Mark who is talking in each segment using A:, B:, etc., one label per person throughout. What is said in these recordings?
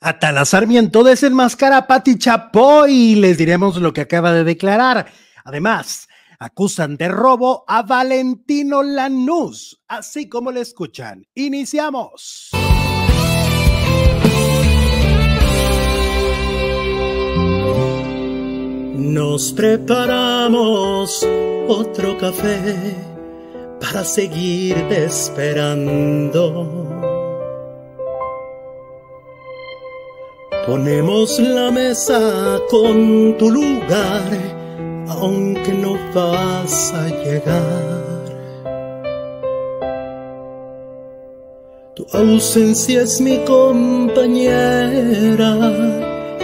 A: Atala Sarmiento desenmascara a Pati Chapoy y les diremos lo que acaba de declarar. Además, acusan de robo a Valentino Lanús, así como le escuchan. Iniciamos.
B: Nos preparamos otro café para seguirte esperando. Ponemos la mesa con tu lugar, aunque no vas a llegar. Tu ausencia es mi compañera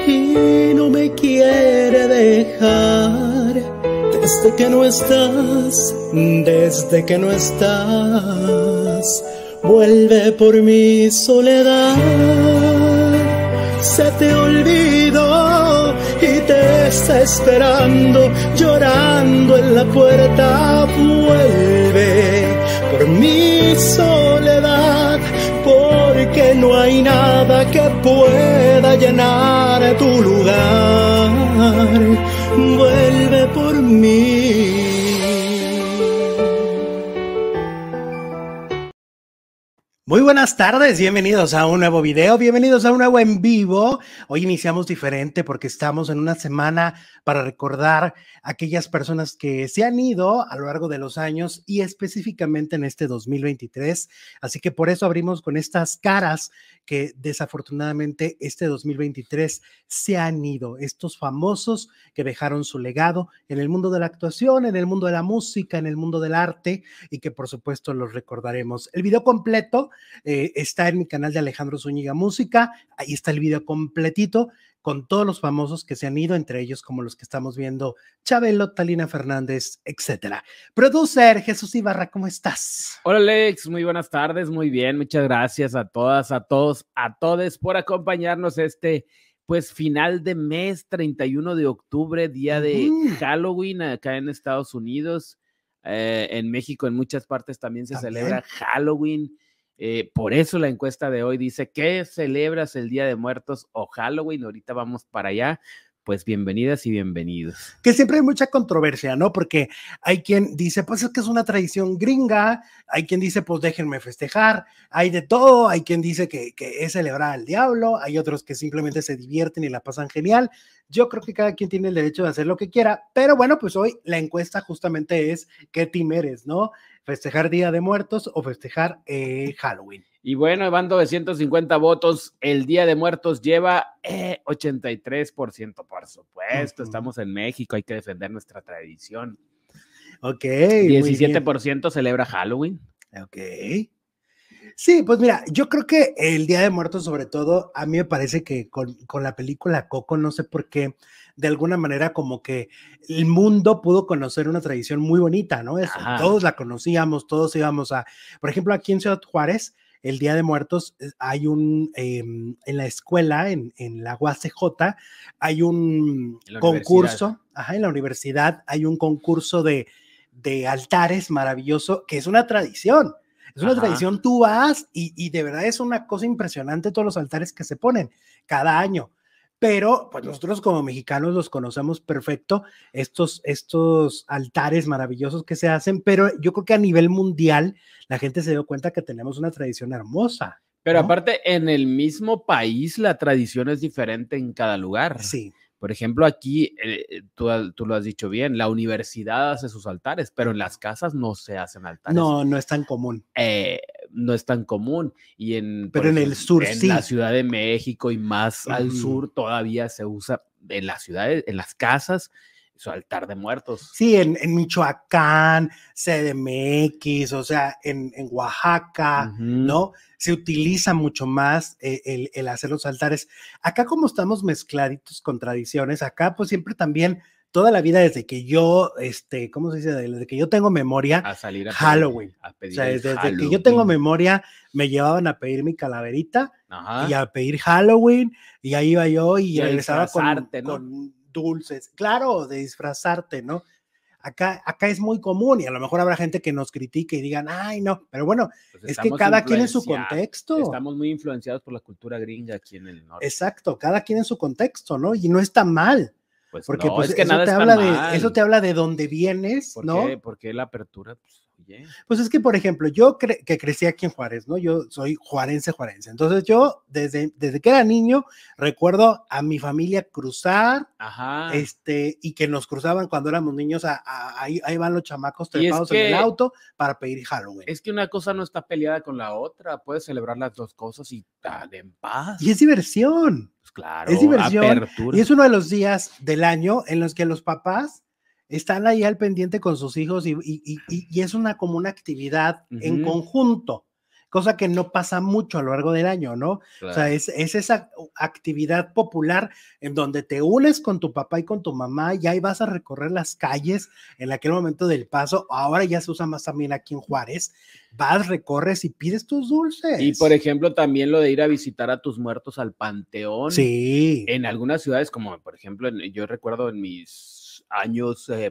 B: y no me quiere dejar. Desde que no estás, desde que no estás, vuelve por mi soledad se te olvidó y te está esperando, llorando en la puerta. Vuelve por mi soledad, porque no hay nada que pueda llenar tu lugar. Vuelve por mí.
A: Muy buenas tardes, bienvenidos a un nuevo video, bienvenidos a un nuevo en vivo. Hoy iniciamos diferente porque estamos en una semana para recordar a aquellas personas que se han ido a lo largo de los años y específicamente en este 2023. Así que por eso abrimos con estas caras que desafortunadamente este 2023 se han ido, estos famosos que dejaron su legado en el mundo de la actuación, en el mundo de la música, en el mundo del arte y que por supuesto los recordaremos. El video completo eh, está en mi canal de Alejandro Zúñiga Música, ahí está el video completito con todos los famosos que se han ido, entre ellos como los que estamos viendo, Chabelo, Talina Fernández, etcétera. Producer Jesús Ibarra, ¿cómo estás?
C: Hola Alex, muy buenas tardes, muy bien, muchas gracias a todas, a todos, a todos por acompañarnos este pues final de mes, 31 de octubre, día de uh -huh. Halloween acá en Estados Unidos, eh, en México, en muchas partes también se ¿También? celebra Halloween. Eh, por eso la encuesta de hoy dice, ¿qué celebras el Día de Muertos o Halloween? Ahorita vamos para allá. Pues bienvenidas y bienvenidos.
A: Que siempre hay mucha controversia, ¿no? Porque hay quien dice, pues es que es una tradición gringa, hay quien dice, pues déjenme festejar, hay de todo, hay quien dice que, que es celebrar al diablo, hay otros que simplemente se divierten y la pasan genial. Yo creo que cada quien tiene el derecho de hacer lo que quiera, pero bueno, pues hoy la encuesta justamente es qué team eres, ¿no? festejar Día de Muertos o festejar eh, Halloween.
C: Y bueno, van 950 votos. El Día de Muertos lleva eh, 83%, por supuesto. Uh -huh. Estamos en México, hay que defender nuestra tradición.
A: Ok.
C: 17% celebra Halloween.
A: Ok. Sí, pues mira, yo creo que el Día de Muertos, sobre todo, a mí me parece que con, con, la película Coco, no sé por qué, de alguna manera como que el mundo pudo conocer una tradición muy bonita, ¿no? Eso, todos la conocíamos, todos íbamos a, por ejemplo, aquí en Ciudad Juárez, el Día de Muertos hay un, eh, en la escuela, en, en la UACJ, hay un concurso, ajá, en la universidad hay un concurso de, de altares maravilloso, que es una tradición. Es una Ajá. tradición, tú vas y, y, de verdad es una cosa impresionante todos los altares que se ponen cada año. Pero pues nosotros como mexicanos los conocemos perfecto, estos, estos altares maravillosos que se hacen, pero yo creo que a nivel mundial la gente se dio cuenta que tenemos una tradición hermosa.
C: Pero ¿no? aparte, en el mismo país la tradición es diferente en cada lugar.
A: Sí.
C: Por ejemplo, aquí, eh, tú, tú, lo has dicho bien, la universidad hace sus altares, pero en las casas no se hacen altares.
A: No, no es tan común.
C: Eh, no es tan común. Y en,
A: pero en ejemplo, el sur,
C: en
A: sí.
C: la Ciudad de México y más uh -huh. al sur todavía se usa en las ciudades, en las casas, su altar de muertos.
A: Sí, en, en Michoacán, CDMX, o sea, en, en Oaxaca, uh -huh. ¿no? Se utiliza mucho más eh, el, el, hacer los altares. Acá como estamos mezcladitos con tradiciones, acá pues siempre también, toda la vida desde que yo, este, ¿cómo se dice? Desde que yo tengo memoria,
C: a salir a
A: Halloween.
C: Pedir, a pedir
A: o sea, desde, Halloween. que yo tengo memoria, me llevaban a pedir mi calaverita Ajá.
C: Ah.
A: y a pedir Halloween y ahí iba yo y, y regresaba con...
C: ¿no? con
A: dulces, claro, de disfrazarte, ¿no? Acá, acá es muy común y a lo mejor habrá gente que nos critique y digan, ay, no, pero bueno,
C: Pues
A: es que
C: estamos
A: cada quien en su
C: influenciados,
A: contexto.
C: Estamos muy influenciados por la cultura gringa aquí en el norte.
A: Exacto, cada quien en su contexto, ¿no? Y no está mal,
C: Pues
A: porque
C: no,
A: pues,
C: es que
A: eso,
C: nada
A: te
C: está
A: habla
C: mal.
A: de, eso te habla de dónde vienes,
C: ¿Por
A: ¿no?
C: qué? ¿Por qué la apertura? Pues, oye,
A: Pues es que, por ejemplo, yo cre- que crecí aquí en Juárez, ¿no? Yo soy juarense, juarense. Entonces yo, desde, desde que era niño, recuerdo a mi familia cruzar,
C: ajá.
A: este, y que nos cruzaban cuando éramos niños, a- a- ahí, ahí van los chamacos
C: Y es
A: trepados en el
C: que-
A: auto para pedir Halloween.
C: Es que una cosa no está peleada con la otra. Puedes celebrar las dos cosas y estar en paz.
A: Y es diversión.
C: Pues claro.
A: es diversión,
C: Apertura.
A: Y es uno de los días del año en los que los papás están ahí al pendiente con sus hijos y, y- y- y- y es una como una actividad en
C: Ujú.
A: conjunto, cosa que no pasa mucho a lo largo del año, ¿no? O sea,
C: Claro.
A: es, es esa actividad popular en donde te unes con tu papá y con tu mamá y ahí vas a recorrer las calles en aquel momento del paso. Ahora ya se usa más también aquí en Juárez. Vas, recorres y pides tus dulces.
C: Y por ejemplo, también lo de ir a visitar a tus muertos al panteón.
A: Sí.
C: En algunas ciudades, como por ejemplo, en- yo recuerdo en mis años eh,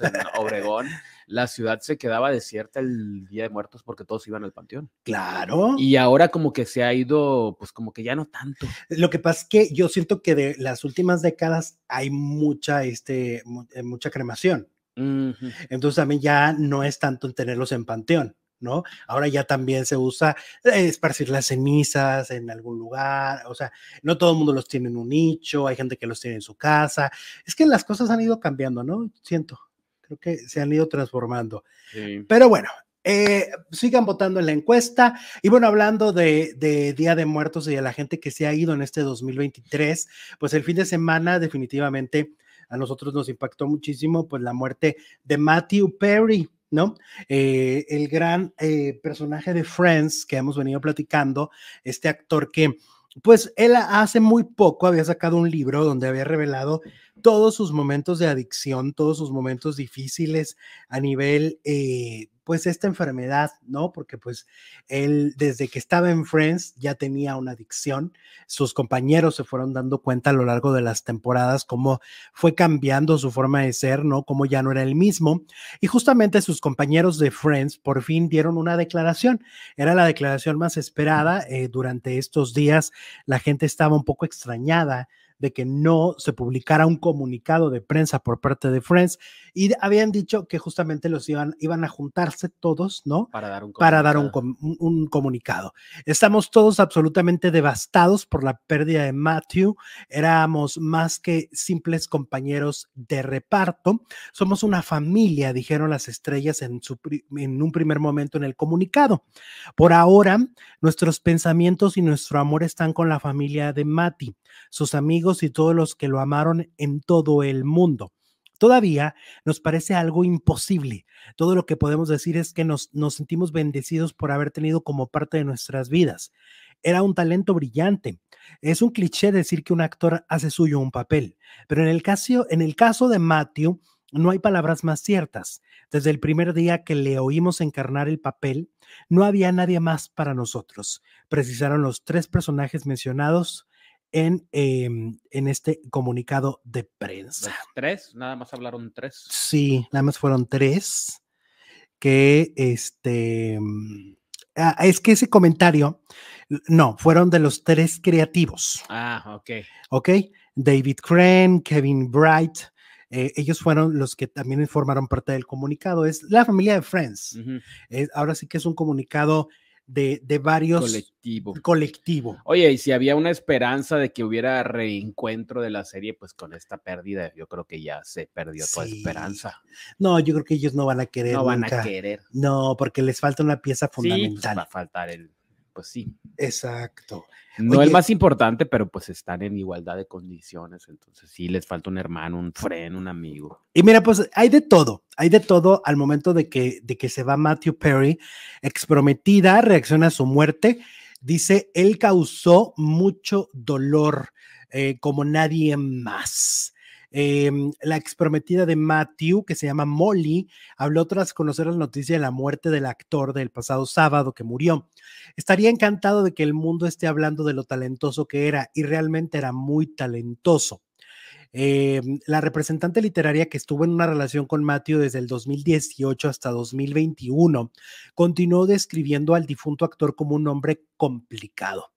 C: en Obregón, la ciudad se quedaba desierta el Día de Muertos porque todos iban al panteón.
A: Claro.
C: Y ahora como que se ha ido, pues como que ya no tanto.
A: Lo que pasa es que yo siento que de las últimas décadas hay mucha, este, mu- eh, mucha cremación.
C: Ujú.
A: Entonces también ya no es tanto en tenerlos en panteón, ¿no? Ahora ya también se usa eh, esparcir las cenizas en algún lugar, o sea, no todo el mundo los tiene en un nicho, hay gente que los tiene en su casa. Es que las cosas han ido cambiando, ¿no? Siento, creo que se han ido transformando.
C: Sí.
A: Pero bueno, eh, sigan votando en la encuesta. Y bueno, hablando de, de Día de Muertos y de la gente que se ha ido en este 2023, pues el fin de semana definitivamente a nosotros nos impactó muchísimo pues la muerte de Matthew Perry. ¿No? Eh, el gran eh, personaje de Friends que hemos venido platicando, este actor que, pues, él hace muy poco había sacado un libro donde había revelado todos sus momentos de adicción, todos sus momentos difíciles, a nivel, eh, pues, esta enfermedad, ¿no? Porque, pues, él desde que estaba en Friends ya tenía una adicción. Sus compañeros se fueron dando cuenta a lo largo de las temporadas cómo fue cambiando su forma de ser, ¿no? Cómo ya no era el mismo. Y justamente sus compañeros de Friends por fin dieron una declaración. Era la declaración más esperada eh, durante estos días. La gente estaba un poco extrañada de que no se publicara un comunicado de prensa por parte de Friends y de- habían dicho que justamente los iban, iban a juntarse todos, ¿no?
C: Para dar un
A: para dar un,
C: comunicado.
A: com- un- un comunicado. Estamos todos absolutamente devastados por la pérdida de Matthew. Éramos más que simples compañeros de reparto. Somos una familia, dijeron las estrellas en, su pri- en un primer momento en el comunicado. Por ahora, nuestros pensamientos y nuestro amor están con la familia de Matty, sus amigos y todos los que lo amaron en todo el mundo. Todavía nos parece algo imposible todo lo que podemos decir es que nos, nos sentimos bendecidos por haber tenido como parte de nuestras vidas. Era un talento brillante. Es un cliché decir que un actor hace suyo un papel, pero en el caso, en el caso de Matthew, no hay palabras más ciertas. Desde el primer día que le oímos encarnar el papel, no había nadie más para nosotros, precisaron los tres personajes mencionados en, em, en este comunicado de prensa.
C: Los tres, nada más hablaron tres.
A: Sí, nada más fueron tres. Que este. mm, ah, es que ese comentario. l- No, fueron de los tres creativos,
C: Ah, ok.
A: ¿ok? David Crane, Kevin Bright. eh, ellos fueron los que también formaron parte del comunicado. Es la familia de Friends.
C: Ujú.
A: Es- ahora sí que es un comunicado de, de varios
C: Colectivo.
A: colectivo.
C: Oye, y si había una esperanza de que hubiera reencuentro de la serie, pues con esta pérdida, yo creo que ya se perdió toda
A: Sí.
C: esperanza.
A: No, yo creo que ellos no van a querer.
C: No van
A: nunca.
C: a querer.
A: No, porque les falta una pieza
C: Sí, pues,
A: fundamental.
C: va a faltar el. Pues sí.
A: Exacto.
C: No
A: Oye.
C: el más importante, pero pues están en igualdad de condiciones. Entonces sí, les falta un hermano, un friend, un amigo.
A: Y mira, pues hay de todo, hay de todo al momento de que, de que se va Matthew Perry, exprometida, reacciona a su muerte, dice, él causó mucho dolor eh, como nadie más. Em, la exprometida de Matthew, que se llama Molly, habló tras conocer la noticia de la muerte del actor del pasado sábado que murió. Estaría encantado de que el mundo esté hablando de lo talentoso que era y realmente era muy talentoso. eh, la representante literaria que estuvo en una relación con Matthew desde el 2018 hasta 2021, continuó describiendo al difunto actor como un hombre complicado.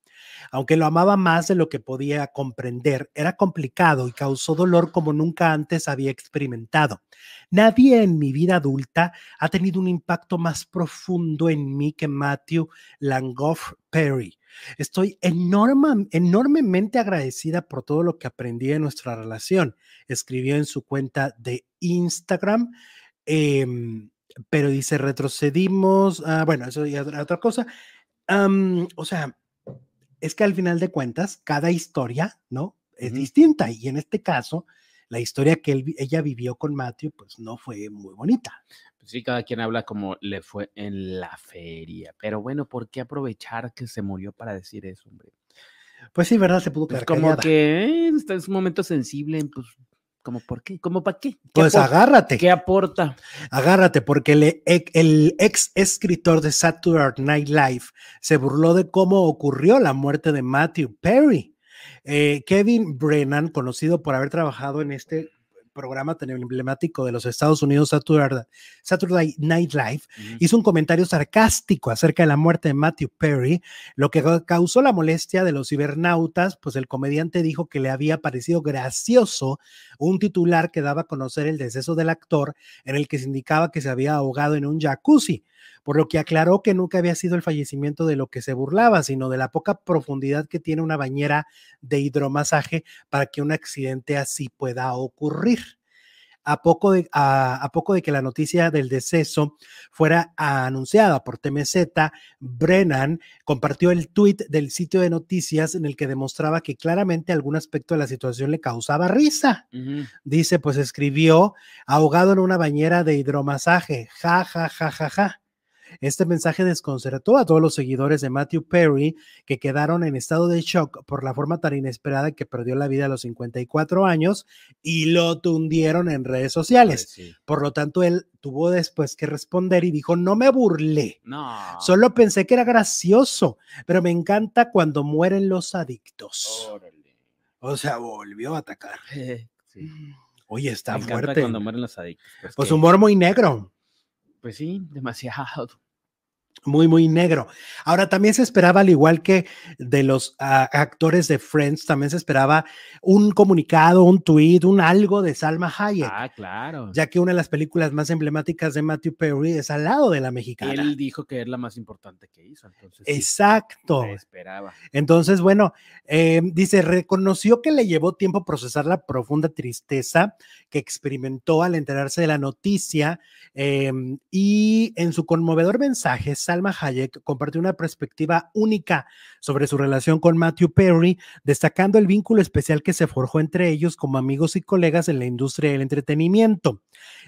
A: Aunque lo amaba más de lo que podía comprender, era complicado y causó dolor como nunca antes había experimentado. Nadie en mi vida adulta ha tenido un impacto más profundo en mí que Matthew Langoff Perry. Estoy enorme, enormemente agradecida por todo lo que aprendí de nuestra relación, escribió en su cuenta de Instagram. Eh, pero dice, retrocedimos. ah, bueno, eso ya era otra cosa. Am, o sea, es que al final de cuentas, cada historia, ¿no? Es
C: Ujú.
A: distinta. Y en este caso, la historia que él vi- ella vivió con Matthew, pues no fue muy bonita.
C: Pues sí, cada quien habla como le fue en la feria. Pero bueno, ¿por qué aprovechar que se murió para decir eso, hombre?
A: Pues sí, ¿verdad? Se pudo
C: Pues
A: quedar
C: como
A: callada.
C: que eh, este es un momento sensible, pues, como por qué, como para qué. ¿Qué
A: Pues
C: apor-
A: agárrate,
C: ¿Qué aporta?
A: agárrate, porque el, e- el ex escritor de Saturday Night Live se burló de cómo ocurrió la muerte de Matthew Perry. Eh, Kevin Brennan, conocido por haber trabajado en este programa tan emblemático de los Estados Unidos, Saturday, Saturday Night Live, hizo un comentario sarcástico acerca de la muerte de Matthew Perry, lo que ca- causó la molestia de los cibernautas, pues el comediante dijo que le había parecido gracioso un titular que daba a conocer el deceso del actor en el que se indicaba que se había ahogado en un jacuzzi, por lo que aclaró que nunca había sido el fallecimiento de lo que se burlaba, sino de la poca profundidad que tiene una bañera de hidromasaje para que un accidente así pueda ocurrir. A poco, de, a- a poco de que la noticia del deceso fuera anunciada por TMZ, Brennan compartió el tuit del sitio de noticias en el que demostraba que claramente algún aspecto de la situación le causaba risa.
C: Ujú.
A: Dice, pues escribió, ahogado en una bañera de hidromasaje, ja, ja, ja, ja, ja. Este mensaje desconcertó a todos los seguidores de Matthew Perry, que quedaron en estado de shock por la forma tan inesperada que perdió la vida a los 54 años y lo tundieron en redes sociales.
C: Pues sí.
A: Por lo tanto, él tuvo después que responder y dijo, no me burlé,
C: No.
A: solo pensé que era gracioso, pero me encanta cuando mueren los adictos.
C: Órale.
A: O sea, volvió a atacar.
C: Sí.
A: Oye, Mm, está
C: Me encanta
A: fuerte.
C: cuando mueren los adictos. Pues,
A: Pues
C: que-
A: humor muy negro,
C: pues sí, demasiado.
A: muy, muy negro. Ahora, también se esperaba, al igual que de los ah, actores de Friends, también se esperaba un comunicado, un tweet, un algo de Salma Hayek,
C: Ah, claro.
A: ya que una de las películas más emblemáticas de Matthew Perry es al lado de la mexicana.
C: Él dijo que es la más importante que hizo, entonces sí,
A: Exacto.
C: se esperaba.
A: Entonces, bueno, eh, dice, reconoció que le llevó tiempo procesar la profunda tristeza que experimentó al enterarse de la noticia eh, y en su conmovedor mensaje, Salma Hayek compartió una perspectiva única sobre su relación con Matthew Perry, destacando el vínculo especial que se forjó entre ellos como amigos y colegas en la industria del entretenimiento.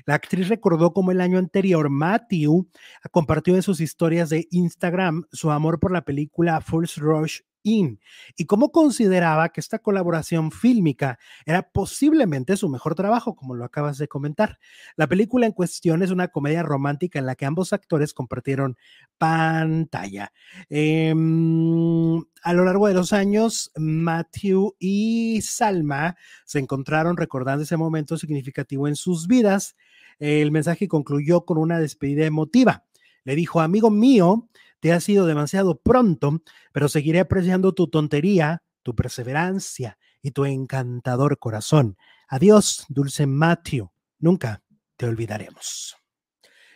A: La actriz recordó cómo el año anterior Matthew ah, compartió en sus historias de Instagram su amor por la película First Rush In y cómo consideraba que esta colaboración fílmica era posiblemente su mejor trabajo, como lo acabas de comentar. La película en cuestión es una comedia romántica en la que ambos actores compartieron pantalla. Em, a lo largo de los años, Matthew y Salma se encontraron recordando ese momento significativo en sus vidas. El mensaje concluyó con una despedida emotiva. Le dijo, amigo mío, te ha sido demasiado pronto, pero seguiré apreciando tu tontería, tu perseverancia y tu encantador corazón. Adiós, dulce Matthew. Nunca te olvidaremos.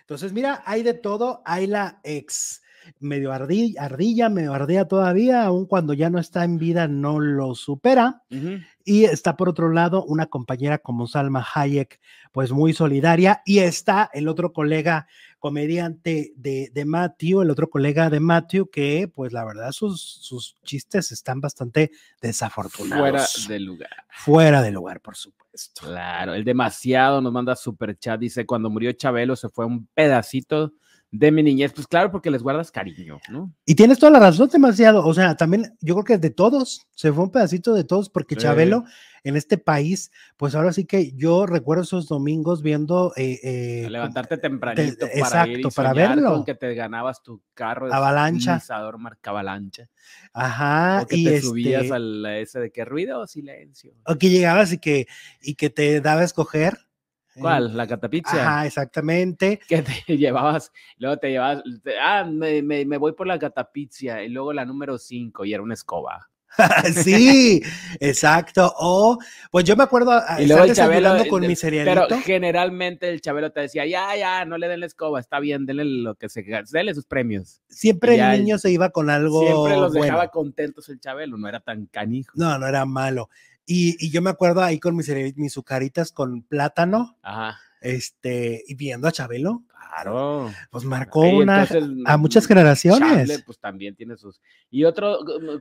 A: Entonces, mira, hay de todo. Hay la ex medio ardi- ardilla, medio ardea todavía, aun cuando ya no está en vida, no lo supera.
C: Ujú.
A: Y está por otro lado una compañera como Salma Hayek, pues muy solidaria. Y está el otro colega comediante de, de Matthew, el otro colega de Matthew, que pues la verdad sus, sus chistes están bastante
C: Fuera
A: desafortunados. Fuera de,
C: de lugar.
A: lugar, por supuesto.
C: Claro, el demasiado nos manda super chat. Dice: Cuando murió Chabelo, se fue un pedacito de mi niñez. Pues claro, porque les guardas cariño, ¿no?
A: Y tienes toda la razón, demasiado. O sea, también yo creo que de todos, se fue un pedacito de todos, porque
C: Sí.
A: Chabelo en este país, pues ahora sí que yo recuerdo esos domingos viendo. eh, eh,
C: Levantarte tempranito
A: te-
C: para ir y
A: exacto, para
C: soñar
A: verlo.
C: con que te ganabas tu carro de
A: Avalancha.
C: deslizador marca avalancha.
A: Ajá,
C: o que
A: y
C: te
A: este, Eh,
C: subías al a ese de que ruido o silencio.
A: o que llegabas y que, y que te daba a escoger. eh,
C: ¿Cuál? La catapizza.
A: Ajá, exactamente.
C: que te llevabas, luego te llevabas, te- ah, me, me- me voy por la catapizia y luego la número 5 y era una escoba. Ah,
A: sí, exacto. O, pues yo me acuerdo a-
C: Y luego
A: estar
C: el Chabelo, eh,
A: desayunando con
C: de-
A: mi
C: Pero
A: cerealito.
C: generalmente el chabelo te decía, ya, ya, no le den la escoba, está bien, denle lo que se gan- denle sus premios.
A: siempre
C: ya-
A: el niño se iba con algo
C: Siempre los
A: bueno.
C: dejaba contentos el chabelo, no era tan canijo.
A: No, no era malo. Y, y yo me acuerdo ahí con mis, cere- mis sucaritas con plátano,
C: Ajá,
A: este, y viendo a Chabelo,
C: claro.
A: pues marcó
C: Y
A: una
C: entonces, mm,
A: a muchas
C: Charle,
A: generaciones.
C: pues también tiene sus. Y otro um,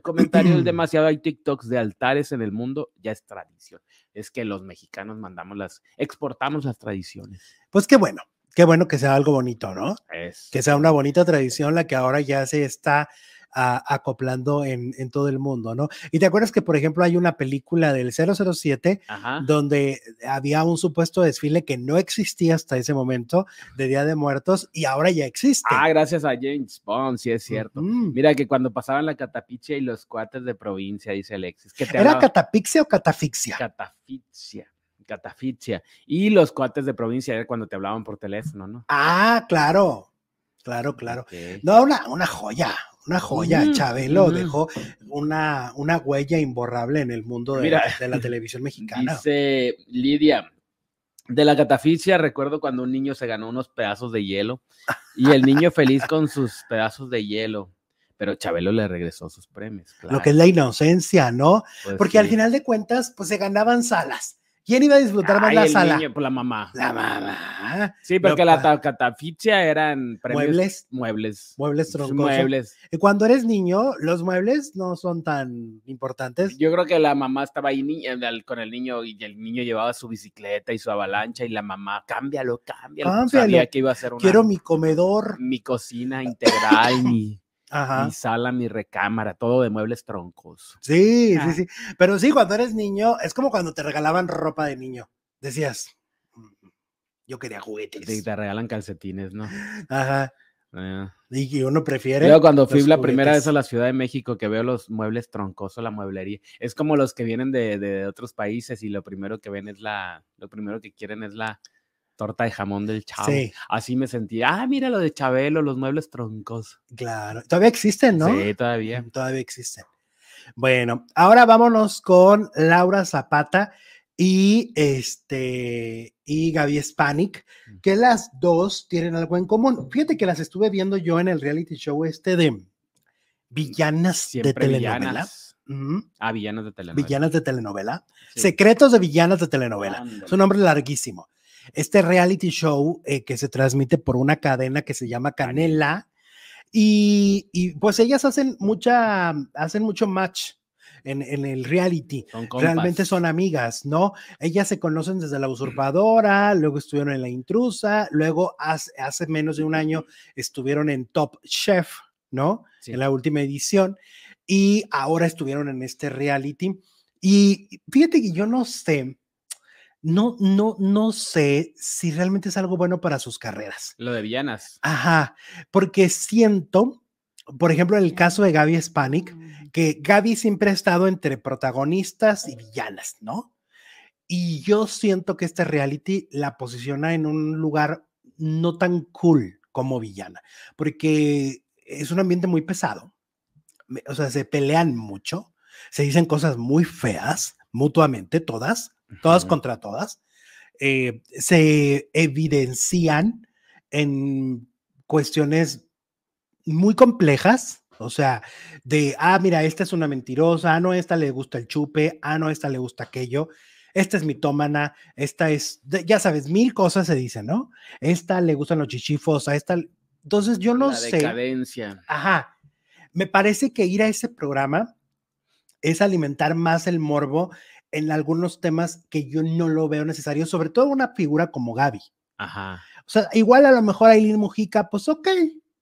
C: comentario es demasiado hay TikToks de altares en el mundo, ya es tradición. Es que los mexicanos mandamos las, exportamos las tradiciones.
A: Pues qué bueno, qué bueno que sea algo bonito, ¿no?
C: Es-
A: Que sea una bonita tradición la que ahora ya se está ah, acoplando en, en todo el mundo, ¿no? Y te acuerdas que, por ejemplo, hay una película del 007
C: Ajá.
A: donde había un supuesto desfile que no existía hasta ese momento de Día de Muertos y ahora ya existe.
C: Ah, gracias a James Bond, sí es cierto.
A: Ujú.
C: Mira que cuando pasaban la catapiche y los cuates de provincia, dice Alexis, que te
A: ¿Era
C: hablaban-
A: catapixia o catafixia?
C: catafixia, catafixia. Y los cuates de provincia era cuando te hablaban por teléfono, ¿no?
A: Ah, claro, claro, claro.
C: Ok.
A: No, una, una joya, una joya.
C: Ujú,
A: Chabelo
C: ujú.
A: dejó una, una huella imborrable en el mundo de,
C: Mira,
A: de la televisión mexicana.
C: Dice Lidia, de la catafixia recuerdo cuando un niño se ganó unos pedazos de hielo y el niño feliz con sus pedazos de hielo, pero Chabelo le regresó sus premios. pues
A: Lo que es la inocencia, ¿no? Porque al final de cuentas, pues se ganaban salas. ¿Quién iba a disfrutar más la sala?
C: por pues la mamá.
A: La mamá.
C: Sí, porque
A: Lo
C: la
A: pa-
C: ta- catafixia eran premios.
A: Muebles,
C: Muebles.
A: muebles troncosos.
C: Muebles.
A: Y Cuando eres niño, los muebles no son tan importantes.
C: Yo creo que la mamá estaba ahí ni- eh, al- con el niño y el niño llevaba su bicicleta y su avalancha y la mamá, cámbialo, cámbialo. porque
A: Cámbialo.
C: Sabía que iba a ser una
A: Quiero mi comedor.
C: mi cocina integral, mi,
A: Ajá.
C: mi sala, mi recámara, todo de muebles troncos.
A: Sí,
C: Ah.
A: sí, sí. Pero sí, cuando eres niño, es como cuando te regalaban ropa de niño. Decías, "Mm, yo quería
C: Y Te,
A: juguetes.
C: te regalan calcetines, ¿no?
A: Ajá.
C: Ah.
A: Y y uno prefiere.
C: Luego cuando fui
A: los
C: la primera
A: juguetes.
C: vez a la Ciudad de México que veo los muebles troncosos, la mueblería, es como los que vienen de, de otros países y lo primero que ven es la, lo primero que quieren es la torta de jamón del chavo.
A: Sí,
C: Así me sentí, ah, mira lo de Chabelo, los muebles troncos.
A: claro. Todavía existen, ¿no?
C: Sí, todavía.
A: Mm, Todavía existen. Bueno, ahora vámonos con Laura Zapata y este y Gaby Spanik,
C: Mm.
A: que las dos tienen algo en común. Fíjate que las estuve viendo yo en el reality show este de villanas de
C: Siempre
A: telenovela.
C: villanas.
A: Ujú.
C: Ah, villanas de telenovela.
A: Villanas de telenovela.
C: Sí.
A: Secretos de villanas de telenovela.
C: Ándale.
A: Es un nombre larguísimo. Este reality show eh, que se transmite por una cadena que se llama Canela. Y, y, pues ellas hacen mucha, hacen mucho match en, en el reality.
C: Son compas.
A: Realmente son amigas, ¿no? Ellas se conocen desde la usurpadora, luego estuvieron en la intrusa, luego hace, hace menos de un año estuvieron en Top Chef, ¿no?
C: Sí.
A: En la última edición y ahora estuvieron en este reality. Y fíjate que yo no sé, no, no, no sé si realmente es algo bueno para sus carreras.
C: Lo de villanas.
A: Ajá, porque siento, por ejemplo, en el caso de Gaby Spanik, que Gaby siempre ha estado entre protagonistas y villanas, ¿no? Y yo siento que este reality la posiciona en un lugar no tan cool como villana, porque es un ambiente muy pesado. Me- O sea, se pelean mucho, se dicen cosas muy feas mutuamente, todas, todas
C: Ujú.
A: contra todas. eh, se evidencian en cuestiones muy complejas, o sea, de, ah, mira, esta es una mentirosa, ah, no, esta le gusta el chupe, ah, no, esta le gusta aquello, esta es mitómana, esta es, de- ya sabes, mil cosas se dicen, ¿no? Esta le gustan los chichifos, a esta... Entonces yo no
C: la
A: sé.
C: decadencia.
A: Ajá. Me parece que ir a ese programa es alimentar más el morbo en algunos temas que yo no lo veo necesario, sobre todo una figura como Gaby.
C: Ajá.
A: O O sea, igual a lo mejor Aileen Mujica, pues ok,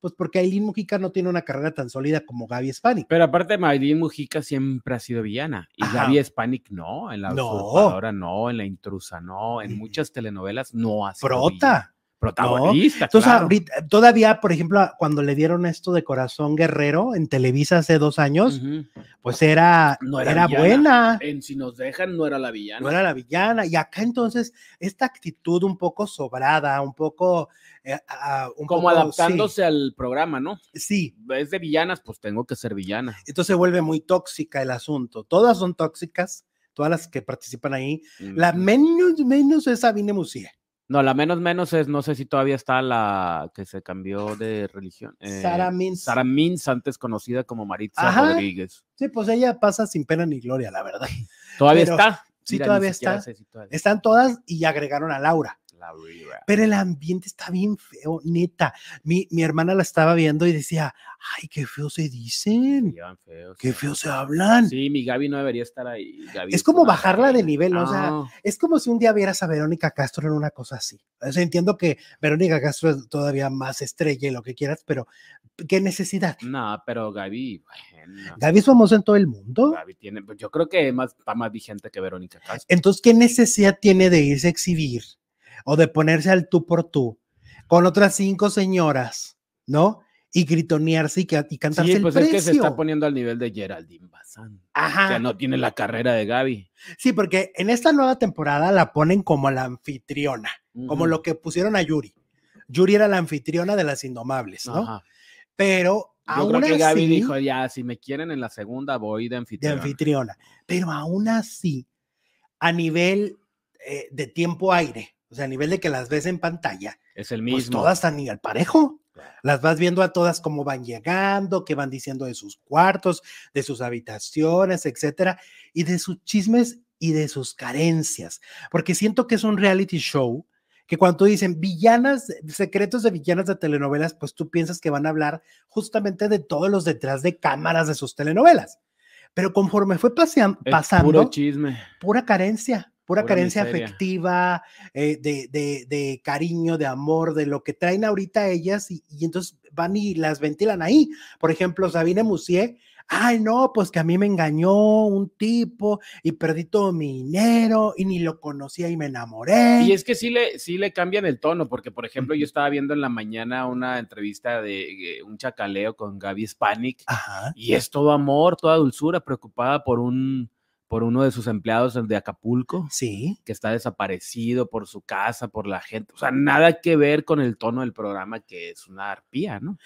A: pues porque Aileen Mujica no tiene una carrera tan sólida como Gaby Spanik.
C: Pero aparte, Maylin Mujica siempre ha sido villana. Y
A: Ajá.
C: Gaby Spanik no, en la
A: No. Mm.
C: usurpadora no, en la intrusa no, en muchas telenovelas no ha sido villana.
A: Prota.
C: Protagonista,
A: Entonces,
C: Ah, claro.
A: ahorita, todavía, por ejemplo, cuando le dieron esto de Corazón Guerrero en Televisa hace dos años,
C: Ujú.
A: pues era,
C: No
A: era,
C: era villana.
A: buena.
C: En Si nos dejan, Ah, no era la villana.
A: no era la villana. Y acá entonces, esta actitud un poco sobrada, un poco... eh, ah, un
C: Como
A: poco-
C: adaptándose al programa, ¿no?
A: Sí, sí.
C: Es de villanas, pues tengo que ser villana.
A: entonces se vuelve muy tóxica el asunto. Todas son tóxicas, todas las que participan ahí. La
C: Ujú.
A: menos, menos es Sabine Musier.
C: Mm, No, la menos menos es, no sé si todavía está la que se cambió de religión. eh,
A: Sara Mintz.
C: Sara Mintz, antes conocida como Maritza
A: Ajá.
C: Rodríguez.
A: Sí, pues ella pasa sin pena ni gloria, la verdad.
C: Todavía
A: Pero-
C: está.
A: sí,
C: Mira, ni
A: todavía
C: siquiera
A: está.
C: sé si todavía-
A: Están todas y agregaron a Laura.
C: La Rira.
A: Pero el ambiente está bien feo, neta. Mi, mi hermana la estaba viendo y decía, ay, qué feo se
C: Se
A: dicen,
C: llevan feos.
A: Mm. qué feo se hablan.
C: Sí, mi Gaby no debería estar ahí. Gaby
A: Es como
C: una
A: bajarla de
C: reina.
A: nivel, ¿no? O sea,
C: No,
A: Es como si un día vieras a Verónica Castro en una cosa así. O sea, entiendo que Verónica Castro es todavía más estrella y lo que quieras, pero ¿qué necesidad?
C: no, pero Gaby, bueno,
A: Gaby es famosa en todo el mundo.
C: Gaby tiene, pues, yo creo que más, está más vigente que Verónica Castro.
A: Entonces, ¿qué necesidad tiene de irse a exhibir o de ponerse al tú por tú con otras cinco señoras, ¿no? Y gritonearse y, ca- y cantarse
C: Sí, pues
A: el
C: es
A: precio.
C: que se está poniendo al nivel de Geraldine Bazán.
A: Ajá.
C: Ya no tiene la carrera de Gaby.
A: Sí, porque en esta nueva temporada la ponen como la anfitriona, como
C: Ujú.
A: lo que pusieron a Yuri. Yuri era la anfitriona de las Indomables, ¿no?
C: Ajá.
A: Pero
C: Yo creo
A: aún
C: que Gaby
A: así,
C: dijo, ya, si me quieren en la segunda, voy de
A: de
C: anfitrión.
A: anfitriona, pero aún así, a nivel eh, de tiempo aire, o sea, a nivel de que las ves en pantalla,
C: Es el
A: pues
C: mismo.
A: todas están al parejo.
C: Claro.
A: Las vas viendo a todas cómo van llegando, qué van diciendo de sus cuartos, de sus habitaciones, etcétera, y de sus chismes y de sus carencias. Porque siento que es un reality show que cuando dicen villanas, secretos de villanas de telenovelas, pues tú piensas que van a hablar justamente de todos los detrás de cámaras de sus telenovelas. Pero conforme fue pasean-
C: Es
A: pasando,
C: Puro chisme.
A: pura carencia, pura,
C: Pura
A: carencia
C: miseria.
A: afectiva, eh, de, de- de cariño, de amor, de lo que traen ahorita ellas y, y entonces van y las ventilan ahí. Por ejemplo, Sabine Musier, ay no, pues que a mí me engañó un tipo y perdí todo mi dinero y ni lo conocía y me enamoré.
C: Y es que sí le, sí le cambian el tono, porque por ejemplo
A: Eh. Ujú.
C: yo estaba viendo en la mañana una entrevista de eh, un chacaleo con Gaby Spanik
A: Ajá.
C: y es todo amor, toda dulzura, preocupada por un por uno de sus empleados, el de Acapulco,
A: Sí.
C: que está desaparecido por su casa, por la gente. O sea, nada que ver con el tono del programa, que es una arpía, ¿no?